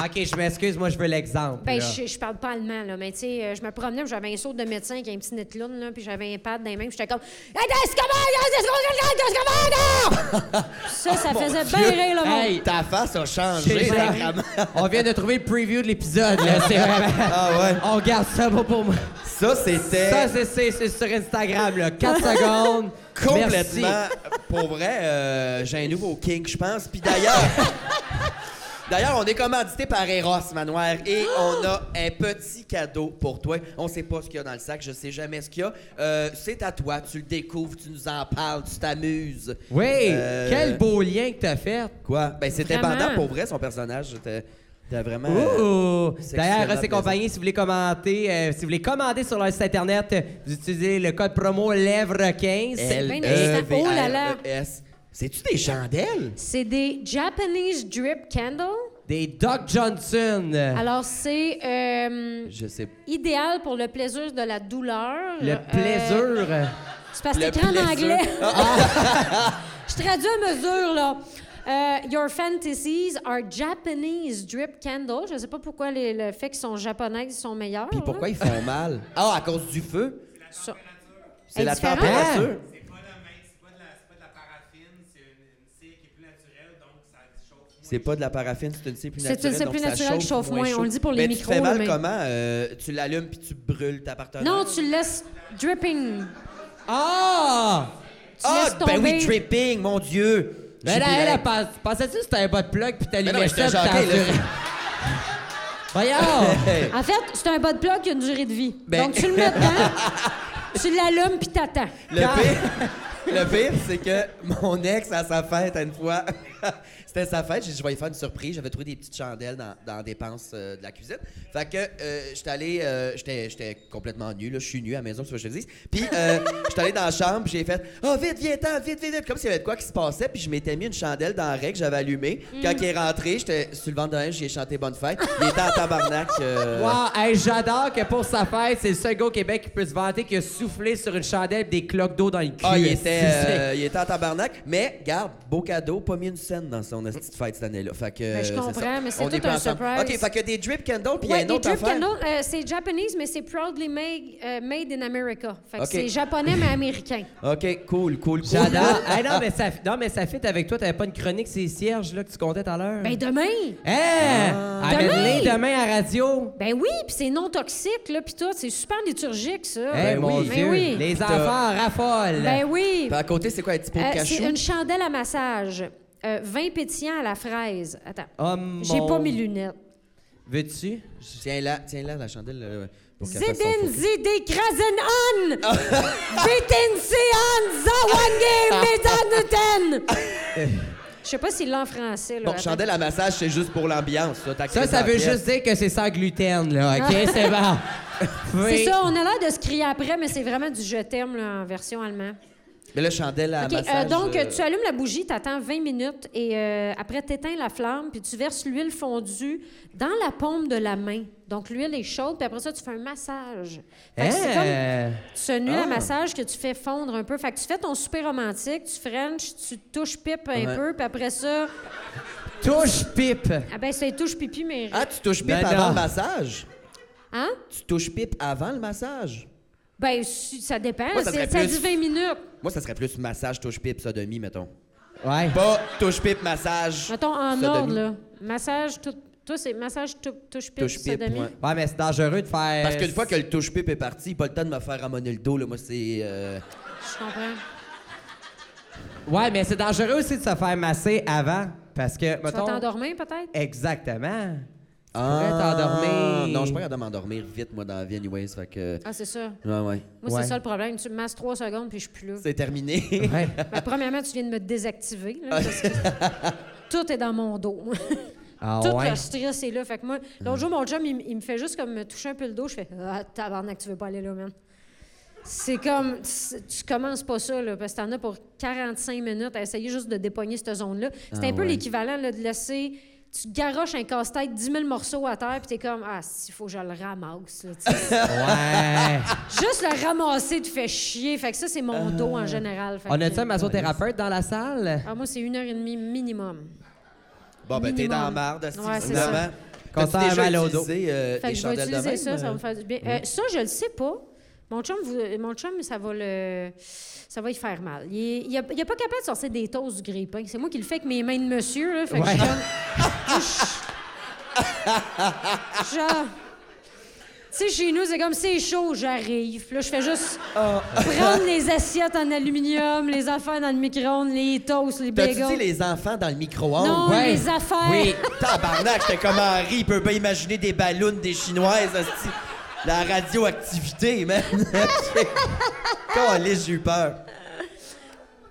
OK, je m'excuse, moi, je veux l'exemple. Ben, là. je, je parle pas allemand, là, mais tu sais, euh, je me promenais, puis j'avais un saut de médecin avec un petit netlon, là, puis j'avais un pad dans les mains, puis j'étais comme. <laughs> Ça, ça faisait bien rire le monde. Hey, ta face a C'est changé, ça. sacrément. On vient de trouver le preview de l'épisode. là. C'est vraiment- <laughs> Ah ouais. Eh. On garde ça pas pour moi. <laughs> Ça, c'était Ça, c'est- c'est c'est sur Instagram, <laughs> là. 4 secondes. complètement, Merci. pour vrai, euh, j'ai un nouveau kink, je pense. Puis d'ailleurs, <laughs> d'ailleurs, on est commandité par Eros Manoir et on a un petit cadeau pour toi. On sait pas ce qu'il y a dans le sac, je sais jamais ce qu'il y a. Euh, c'est à toi, tu le découvres, tu nous en parles, tu t'amuses. Oui, Euh, quel beau lien que t'as fait. Quoi? Ben, c'était Vraiment? pendant pour vrai, son personnage. C'était c'était vraiment. euh, Ouh! c'est D'ailleurs, extrêmement Ross et compagnie, si vous voulez commenter, euh, si vous voulez commander sur leur site internet, euh, vous utilisez le code promo Lèvres15. L- bien L-E-V-R-E-S. excitant. Oh là là. E C'est-tu des chandelles? C'est des Japanese drip candles. Des Doc Johnson. Alors, c'est euh, Je sais pas. idéal pour le plaisir de la douleur. le Euh, plaisir. C'est parce que Le c'est écrit en plaisir. anglais. ah. <laughs> Je traduis à mesure, là. Euh, your fantasies are Japanese drip candles. Je sais pas pourquoi les- le fait qu'ils sont japonaises sont meilleurs. Puis pourquoi ils font mal? Ah, à cause du feu? Ça- C'est Est la différent? température. C'est pas la main, c'est pas de la, c'est pas de la paraffine, c'est une, une cire qui est plus naturelle, donc ça chauffe moins. C'est pas de la paraffine, c'est une cire plus C'est une naturelle. cire donc plus ça naturelle qui chauffe moins. chaud. On le dit pour les mais micros, Tu te fais mal mais- comment? Euh, tu l'allumes puis tu brûles ta partenaire? Non, tu le laisses dripping. Ah! Tu Ah, laisses ben tomber. oui, dripping, mon Dieu! Ben J'ai là, bu la- elle, elle pense- pensais-tu que c'était un bas de plug puis Mais non, t'allumais mais ça j'étais puis t'as choqué, là. duré? Voyons! <laughs> Hey. En fait, c'est un bas de plug qui a une durée de vie. Ben- Donc, tu le mets dedans, <laughs> tu l'allumes, puis t'attends. Le pire, le pire, c'est que mon ex, à sa fête, à une fois, <laughs> c'était sa fête, j'ai dit, je vais lui faire une surprise. J'avais trouvé des petites chandelles dans, dans des penses euh, de la cuisine. Fait que euh, j'étais allé, euh, j'étais j'étais complètement nu, là, je suis nu à la maison, tu vois, je te dis. Puis euh, <laughs> j'étais allé dans la chambre, puis j'ai fait, oh vite, viens-t'en, vite, vite, vite, comme s'il y avait de quoi qui se passait. Puis je m'étais mis une chandelle dans la raie que j'avais allumée. Quand il est rentré, j'étais sur le ventre d'un, j'ai chanté bonne fête. Il était en tabarnak. euh, Wow, hey, j'adore que pour sa fête, c'est le seul gars au Québec qui peut se vanter qu'il a soufflé sur une chandelle pis des cloques d'eau dans le cul. Ah, il <laughs> était, euh, il était en tabarnak, mais garde, beau cadeau, pas mis une scène dans son esti de fête cette année-là. Fait que. Ben, je euh, c'est comprends, ça. mais c'est On tout est pas un ensemble. surprise. Ok, fait que des drip candles, puis il y a Ouais, une les autre drip affaire. candles, euh, c'est japonais, mais c'est proudly made, euh, made in America. Fait que Ok. c'est japonais, mais américain. Ok, cool, cool, cool. <laughs> J'adore. hey, non, mais ça, non, mais ça fit avec toi. T'avais pas une chronique, ces cierges là, que tu comptais tout à l'heure? Ben, demain! Hey! Amène-les Demain! demain à radio. Ben oui, puis c'est non toxique, là, puis tout. C'est super liturgique, ça. hey, ben mon oui. Dieu. Ben oui. Les enfants raffolent. Ben oui. Puis à côté, c'est quoi, un petit pot Euh, de cachou? c'est une chandelle à massage. Euh, vin pétillant à la fraise. Attends. Oh, mon- J'ai pas mes lunettes. Veux-tu? Tiens-la, tiens-la, la chandelle. euh, pour qu'elle fasse son focus. Zidin Zidi Krasen on! <laughs> Vitin An Zawange Medanuten! Je sais pas s'il l'a en français, là. Bon, Attends. chandelle à massage, c'est juste pour l'ambiance. Ça, t'as Ça, crise ça dans la veut pièce. juste dire que c'est sans gluten, là. OK? c'est bon. Ah. <laughs> C'est Oui. Hein? ça, on a l'air de se crier après, mais c'est vraiment du je t'aime là, en version allemande. Mais là, chandelle à OK, euh, massage. donc euh, tu allumes la bougie, t'attends 20 minutes et euh, après t'éteins la flamme puis tu verses l'huile fondue dans la paume de la main. Donc l'huile est chaude puis après ça tu fais un massage. Fait que c'est comme Hey. C'est une huile Ah. à massage que tu fais fondre un peu. Fait que tu fais ton souper romantique, tu French, tu touches pipe un Ouais. peu, puis après ça, Touche pipe. ah ben c'est touche pipi, mais. Ah, tu touches pipe Ben avant non. le massage? Hein? Tu touches pipe avant le massage? Ben, si- ça dépend. Moi, ça c'est- serait ça plus- dit 20 minutes. Moi, ça serait plus massage, touche pipe, sodomie, mettons. Ouais. Pas touche pipe, massage. Mettons en sodomie. ordre, là. Massage, tout. Toi, c'est massage, tou- touche pipe, Touche pipe, sodomie. ouais. Ouais, mais c'est dangereux de faire. Parce Euh, qu'une fois que le touche-pipe est parti, pas le temps de me faire ramonner le dos, là. Moi, c'est. euh, Je comprends. Ouais, mais c'est dangereux aussi de se faire masser avant. Parce que, Tu vas mettons. t'endormer, peut-être? Exactement. Tu pourrais t'endormir. Ah! Non, je suis pas capable de m'endormir vite, moi, dans la vie, anyways. Fait que. Ah, c'est ça. Ouais, ouais. Moi, Ouais. c'est ça le problème. Tu me masses trois secondes, puis je suis plus là. C'est <laughs> terminé. Ouais. Ben, premièrement, tu viens de me désactiver, là, parce que <laughs> tout est dans mon dos. moi. Ah Tout ouais. Mm. le stress est là. Fait que moi, l'autre jour, mon chum, il, m- il me fait juste comme me toucher un peu le dos. Je fais Ah, tabarnak, tu veux pas aller là, man. C'est comme. c'est- Tu commences pas ça, là, parce que Ah, t'en as pour 45 minutes à essayer juste de dépogner cette zone-là. C'est un peu l'équivalent là, de laisser tu garoches un casse-tête, 10 000 morceaux à terre, puis t'es comme, ah, s'il faut que je le ramasse, là, tu sais. Ouais. Juste le ramasser te fait chier. Fait que ça, c'est mon dos en général. Fait On que- a-tu un massothérapeute dans la salle? Ah, moi, c'est une heure et demie minimum. Bon, ben, t'es Minimum. dans la marde, si Ouais, c'est finalement. Quand T'as-tu t'as un déjà mal au dos. utilisé, euh, Fait des que je vais chandelles de utiliser même, ça, ça va euh? me faire du bien. Euh, ça, je le sais pas. Mon chum, vous- mon chum, ça va le, ça va y faire mal. Il est, il a- il est pas capable de sortir des toasts du grille-pain. C'est moi qui le fais avec mes mains de monsieur. Là, fait que je suis Ouais. comme- Genre... Tu sais, chez nous, c'est comme c'est chaud, j'arrive. Puis Là, je fais juste Ah. prendre les assiettes en aluminium, les affaires dans le micro-ondes, les toasts, les T'as-tu dit bagels. les enfants dans le Non, micro-ondes? Ouais. les affaires. Oui. Tabarnak, j'étais comme Henri, il peut pas imaginer des ballons des Chinoises, hostie. La radioactivité, man. <laughs> Calais, j'ai eu peur.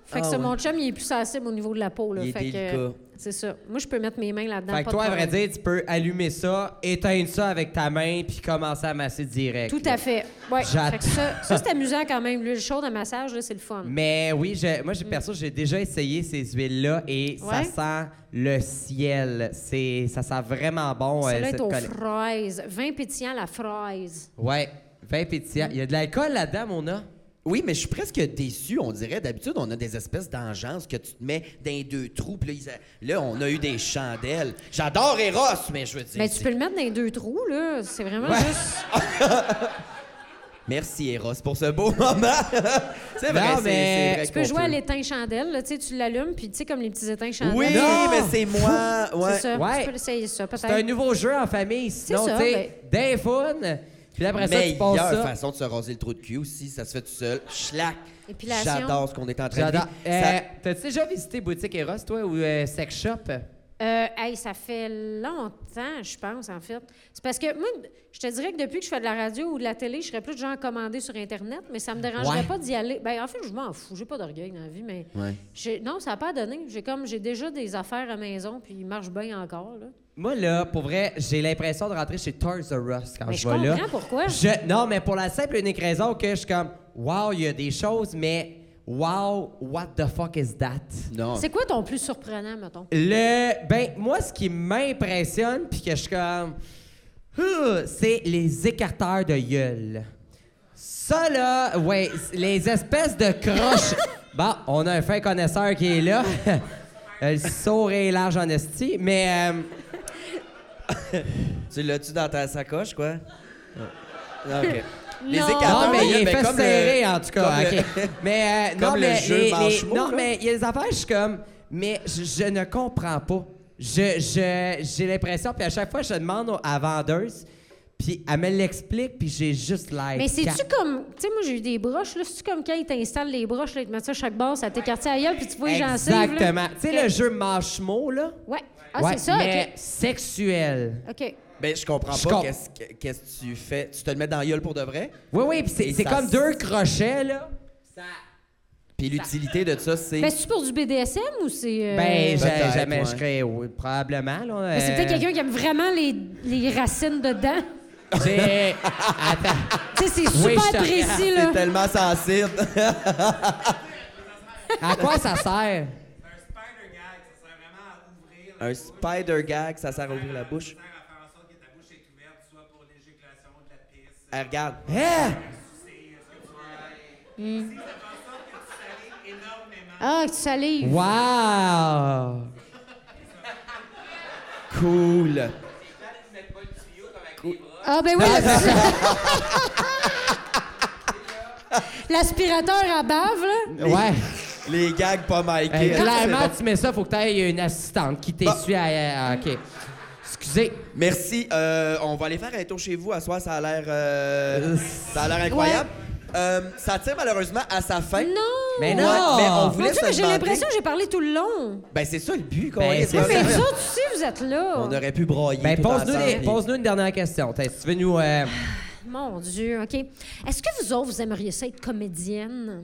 Fait que Ah ouais. ça, mon chum, il est plus sensible au niveau de la peau. Là. Il est fait que, délicat. c'est ça. Moi, je peux mettre mes mains là-dedans. Fait que pas de toi, à vrai problème. dire, tu peux allumer ça, éteindre ça avec ta main, puis commencer à masser direct. Tout à fait. Ouais. J'att- Fait que ça, ça, c'est amusant quand même. L'huile chaude à massage, là, c'est le fun. Mais oui, je- moi, j'ai- perso, j'ai déjà essayé ces huiles-là et Mm. Ouais. ça sent le ciel. C'est, ça sent vraiment bon, euh, Celle-là est cette aux collègue. fraises. Vin pétillant à la fraise. Ouais, vin pétillant. Il y a de l'alcool là-dedans, Mona? Oui, mais je suis presque déçu, on dirait. D'habitude, on a des espèces d'engences que tu te mets dans les deux trous. puis là, ils- là, on a eu des chandelles. J'adore Eros, mais je veux dire. Mais Ben, tu c'est- peux le mettre dans les deux trous, là. C'est vraiment juste. Merci, Eros, pour ce beau <laughs> moment. c'est vrai, Non, c'est- mais c'est vrai Tu peux qu'on jouer à peut. l'éteint-chandelle, là. Tu sais, tu l'allumes, puis tu sais, comme les petits éteints-chandelles. Oui, Non! mais c'est moi. <laughs> C'est Ouais. ça. Ouais. Tu peux essayer ça, <laughs> peut-être. C'est un nouveau jeu en famille. Sinon, ça, ben tu sais, d'un fun, puis après ça, tu Meilleure passes ça. façon de se raser le trou de cul aussi, ça se fait tout seul. Schlack. Épilation. Eh. J'adore ce qu'on est en train de J'adore. vivre. Euh, Ça- T'as-tu déjà visité Boutique Eros, toi, ou euh, Sex Shop? Euh, hey, ça fait longtemps, je pense, en fait. C'est parce que moi, je te dirais que depuis que je fais de la radio ou de la télé, je serais plus de gens à commander sur Internet, mais ça me dérangerait Ouais. pas d'y aller. Ben, en fait, je m'en fous. J'ai pas d'orgueil dans la vie, mais. Ouais. j'ai- Non, ça n'a pas donné. J'ai comme j'ai déjà des affaires à maison, puis ils marchent bien encore. Là. Moi, là, pour vrai, j'ai l'impression de rentrer chez Toys R Us quand Mais je je vais là. comprends pourquoi. Je- non, mais pour la simple et unique raison que je suis comme, wow, il y a des choses, mais wow, what the fuck is that? Non. C'est quoi ton plus surprenant, mettons? Le. Ben, moi, ce qui m'impressionne, puis que je suis comme, Huh, c'est les écarteurs de gueule. Ça, là, ouais, c- les espèces de <laughs> croches. bon, on a un fin connaisseur qui est là. <laughs> Euh, Le sourire est large en esti, mais. euh, Tu l'as-tu dans ta sacoche, quoi? <laughs> Ah, ok. Les Non. écarteurs, Non, Ah, mais oui, il est ben, fait comme le- serré, en tout cas. comme le- ok. <laughs> Mais, euh, comme non, le mais jeu les- les- manche-mou, non, là. mais il y a des affaires, je suis comme, mais je, je ne comprends pas. Je, je- j'ai l'impression, puis à chaque fois, je demande au- à la vendeuse, puis elle me l'explique, puis j'ai juste l'air. Mais c'est-tu cap- comme. Tu sais, moi, j'ai eu des broches, là. C'est-tu comme quand ils t'installent les broches, là, ils te mettent ça à chaque bord, ça t'écarte à la gueule, puis tu vois les gencives, là? Exactement. Tu sais, Ok. le jeu marshmallow, là? Ouais. Ah, Ouais, c'est ça? Mais sexuel. OK. OK. Ben, je comprends Je pas com- qu'est-ce que qu'est-ce que tu fais. Tu te le mets dans la gueule pour de vrai? Oui, oui, puis c'est, Et c'est ça comme s- deux crochets, là. Puis l'utilité de ça, c'est... Ben, c'est-tu pour du BDSM ou c'est. euh, Ben, Peut-être, j'ai- jamais, ouais. je crée, oui, probablement, là. Mais c'est euh, peut-être quelqu'un qui aime vraiment les, les racines dedans. j'ai- Attends. Tu sais, c'est Oui, super je te précis, là. C'est tellement sensible. <laughs> À quoi ça C'est sert? un spider gag, ça sert vraiment à ouvrir la Un bouche. spider gag, ça sert à ouvrir la bouche. Ça sert à faire en sorte que ta bouche est ouverte, soit pour l'éjaculation, de la pisse, Elle Eh, regarde. Hein? c'est ce que tu veux. Si ça fait en sorte que tu salives énormément, Ah, tu salives. Wow! Cool. Ah, ben oui, le petit- <laughs> L'aspirateur à bave, là. Ouais. Les gags pas Euh, Eh, Mikey. clairement, tu mets ça, faut que tu aies une assistante qui t'essuie à- à- OK. Excusez. Merci. Euh, on va aller faire un tour chez vous à soir. Ça a l'air, euh, ça a l'air incroyable. Euh, ça tire malheureusement à sa fin. Non! Mais Ouais, Ben non! mais on Mon voulait Dieu, se mais j'ai demander- l'impression que j'ai parlé tout le long. Ben c'est ça le but. qu'on Ben, est- c'est Oui, ça. mais vous autres aussi, vous êtes là. On aurait pu broyer. Ben, tout pose-nous, ensemble, des- puis- pose-nous une dernière question. T'as- Si tu veux nous. euh, Mon Dieu, OK. Est-ce que vous autres, vous aimeriez ça être comédienne?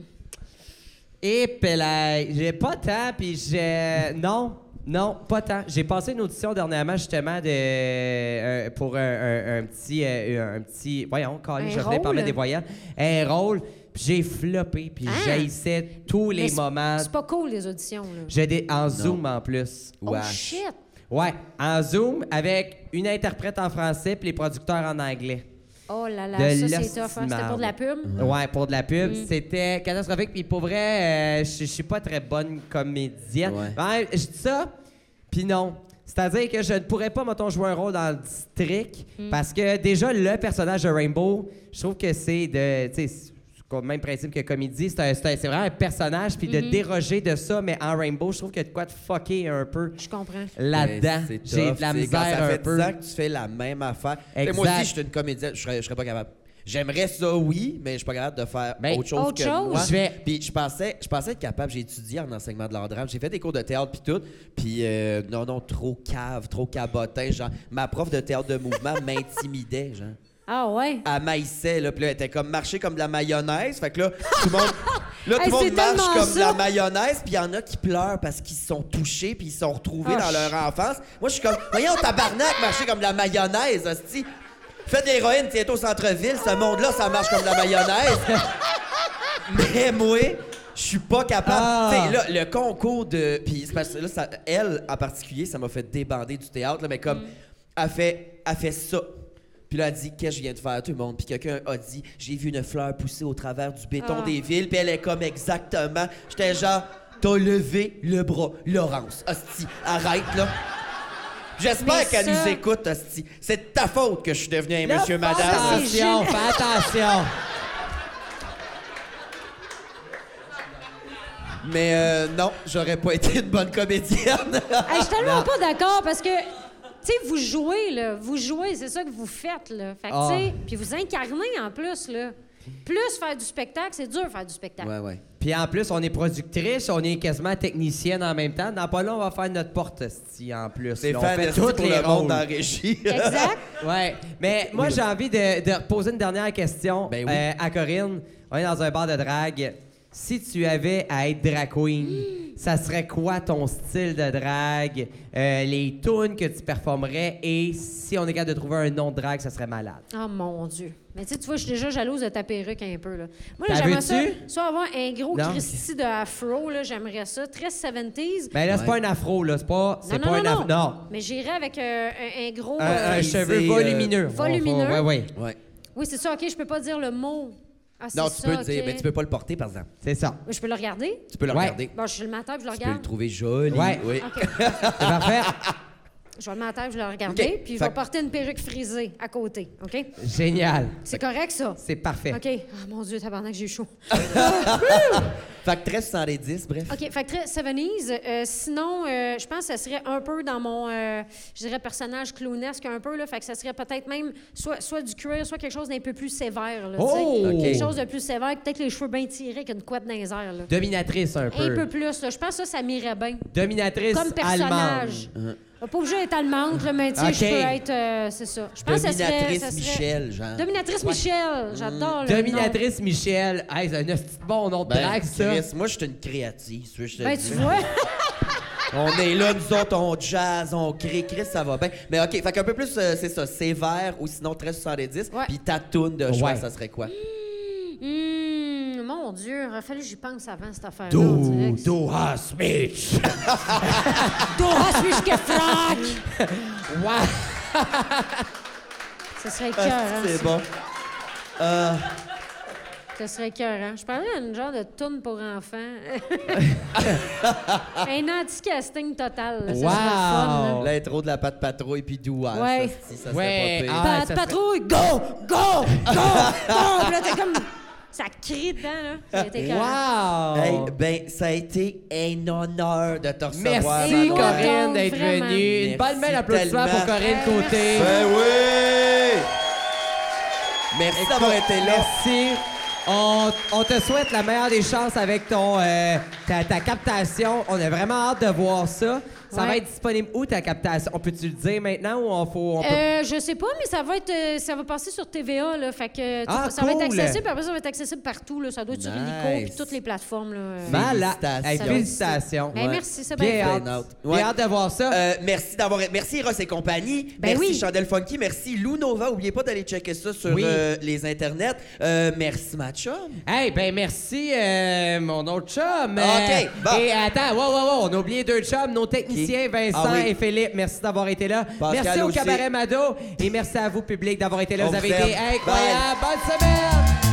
Et puis là, j'ai pas tant, puis j'ai. Non, non, pas tant. J'ai passé une audition dernièrement, justement, de, euh, pour un, un- un petit. euh, un petit. Voyons, Colin, Un je revenais parler rôle? des voyelles. Un rôle, puis j'ai floppé, puis Ah! j'haïssais tous les Mais c'est- moments. C'est pas cool, les auditions, là. J'ai des en Zoom en plus. Oh, Wesh. shit! Ouais, en Zoom avec une interprète en français puis les producteurs en anglais. Oh là là, De Mhm. ça, l'hostie c'est tough. hein. C'était pour de la pub? Ouais, pour de la pub. Mm. C'était catastrophique. Puis pour vrai, euh, je je suis pas très bonne comédienne. Ouais. Ouais, je dis ça, puis non. C'est-à-dire que je ne pourrais pas, mettons, jouer un rôle dans le district Mm. parce que déjà, le personnage de Rainbow, je trouve que c'est de. Tu sais, c'est le même principe que comédie. C'est un- c'est un- c'est vraiment un personnage, puis Mm-hmm. de déroger de ça, mais en Rainbow, je trouve qu'il y a de quoi de fucker un peu Je comprends. là-dedans. Ben, c'est J'ai tough, de la tu sais, quand misère ça fait un peu. 10 ans que tu fais la même affaire. Tu sais, Moi Exact. aussi, je suis une comédienne, je serais, je serais pas capable. J'aimerais ça, oui, mais je suis pas capable de faire Ben, autre chose autre que chose. moi. Je vais- Puis je pensais, je pensais être capable. J'ai étudié en enseignement de l'art drame. J'ai fait des cours de théâtre puis tout. Puis euh, non, non, trop cave, trop cabotin. Genre, ma prof de théâtre de mouvement <laughs> m'intimidait, genre. Ah ouais? Elle maïssait, là. Puis là, elle était comme marchée comme de la mayonnaise. Fait que là, tout le <laughs> monde... Là, tout Hey, le monde c'est marche tellement comme de la ça. mayonnaise, puis il y en a qui pleurent parce qu'ils se sont touchés, puis ils se sont retrouvés Ah, dans je- leur enfance. Moi, je suis comme, voyons, tabarnak, marcher comme de la mayonnaise, hostie. Fais de l'héroïne, t'es au centre-ville, ce monde-là, ça marche comme de la mayonnaise. Mais moi, je suis pas capable. Ah. Tu sais, là, le concours de. Puis c'est parce que là, ça- elle, en particulier, ça m'a fait débander du théâtre, là, mais comme. Mm. Elle, fait, elle fait ça. Puis là, elle dit Qu'est-ce que je viens de faire, tout le monde Puis quelqu'un a dit J'ai vu une fleur pousser au travers du béton Ah. des villes. Puis elle est comme exactement. J'étais genre T'as levé le bras, Laurence. Hostie, arrête, là. Mais J'espère qu'elle ça- nous écoute, hostie. C'est de ta faute que je suis devenu un Là, monsieur, fais madame. Ah, c'est Attention, fais attention. Mais euh, non, j'aurais pas été une bonne comédienne. Ah, Hey, je suis tellement pas d'accord parce que, tu sais, vous jouez, là. Vous jouez, c'est ça que vous faites, là. Fait Ah. que, tu sais, puis vous incarnez en plus, là. Plus faire du spectacle, c'est dur faire du spectacle. <laughs> <laughs> ouais. Puis en plus, on est productrice, on est quasiment technicienne en même temps. Dans pas long, on va faire notre porte sti en plus. <laughs> C'est Là, on fan fait esti toutes pour les le monde rôles. en régie. Exact. Ouais. Mais moi, j'ai envie de, de poser une dernière question Ben oui. euh, à Corinne. On est dans un bar de drague. Si tu avais à être drag queen, ça serait quoi ton style de drague, euh, les tunes que tu performerais et si on est capable de trouver un nom de drague, ça serait malade. Oh mon Dieu. Mais tu sais, tu vois, je suis déjà jalouse de ta perruque un peu. Là. Moi, là, T'en j'aimerais ça. veux-tu? Soit avoir un gros Non, Christy de afro, là, j'aimerais ça. Très 70s. Mais là, c'est pas un afro, là. C'est pas, Ben, c'est pas un afro. Non. Mais j'irais avec euh, un, un gros. Un, euh, un cheveu euh, volumineux. volumineux. Ouais, ouais. <laughs> ouais. Oui, c'est ça, OK, je peux pas dire le mot. Ah, c'est Non, tu ça, peux le dire, OK. mais tu peux pas le porter, par exemple. C'est ça. Mais Je peux le regarder? Tu peux le Ouais. regarder. Bon, je suis le matin, je le Tu peux le regarde. Ah, trouver joli. Ouais. Oui. OK. <laughs> C'est parfait. je vais le matin, je vais le regarder, OK. puis je Fait vais que- porter une perruque frisée à côté, OK? Génial. C'est correct, ça? C'est parfait. OK. Ah, mon Dieu, tabarnak, j'ai eu chaud. Fait que 1310, bref. OK, fait que très 70s. euh, sinon, euh, je pense que ça serait un peu dans mon, euh, je dirais, personnage clownesque un peu. Là, fait que ça serait peut-être même soit, soit du cuir, soit quelque chose d'un peu plus sévère. Là, tu sais. Oh! OK. Quelque chose de plus sévère, peut-être les cheveux bien tirés qu'une couette dans les airs. Là. Dominatrice un peu. Un peu plus. là. Je pense que ça, ça m'irait bien. Dominatrice Comme personnage. Pas obligé d'être allemande, là, mais tu sais, OK. je peux être... euh, c'est ça. Je pense que ça serait- Dominatrice ça serait... Michel, genre. Dominatrice Michel. J'adore le nom. Dominatrice Michel. Hey, c'est un petit bon nom de Ben, drague, ça. Chris, moi, je suis une créative. si tu veux, je te Ben, le tu dis. vois... On est là, nous autres, on jazz, on crée. Chris, ça va bien. Mais OK, fait qu'un peu plus, euh, c'est ça, sévère ou sinon 1370. Ouais. Puis ta toune de choix, Ouais. ça serait quoi? <laughs> Hum, mon Dieu, il fallait que j'y pense avant cette affaire-là. on dirait Do, que- do us, <laughs> bitch. Dora Swishkefrak! Wow. Ce serait hein. écœurant. Ah, c'est bon. Ce serait écœurant. Je parlais d'une genre de tourne pour enfants. Un anti-casting total. là. Ça serait le fun, là. Wow. L'intro de la patte patrouille, puis douage. Ouais. Ça, ça serait pas Ouais, pire. ah, Pat- ça serait- patrouille, go! <laughs> Go! Go! Go! Puis là, t'es comme... Ça crie dedans, là. Ça a été écœurant. Wow. Hey, ben, ça a été un honneur de te recevoir. Merci, Et Manon. moi Corinne, donc, d'être vraiment. venue. Une bonne Merci belle applaudissement tellement. pour Corinne Hey, Côté. Ben oui! Merci d'avoir été là. Merci. On, on te souhaite la meilleure des chances avec ton, euh, ta, ta captation. On a vraiment hâte de voir ça. Ça va Ouais. être disponible où ta captation? On peut-tu le dire maintenant ou on, faut, on peut Euh, je sais pas, mais ça va être, euh, ça va passer sur TVA, là. Fait que tu- Ah, ça va être cool. accessible, puis après ça va être accessible partout, là. Ça doit être sur l'hélico, Nice. puis toutes les plateformes, là. Euh, Malade. Félicitations. Hey, félicitations. Ben, merci, c'est Bien bien fait. hâte. Bien hâte. Bien Ouais. hâte de voir ça. Euh, merci d'avoir merci Ross et compagnie. Ben merci oui. Chandelle Funky, merci Lou Nova, oubliez pas d'aller checker ça sur Oui. euh, les internets. Euh, merci Matchum. Hey, ben merci, euh, mon autre chum. Ah, Euh, OK, bon. Et attends, wow, wow, wow, on a oublié deux chums, nos techniciens Lucien, Vincent Ah oui. et Philippe, merci d'avoir été là. Pascal merci au aussi. Cabaret Mado et merci à vous, public, d'avoir été là. On vous avez vous aime. été incroyables. Bonne semaine!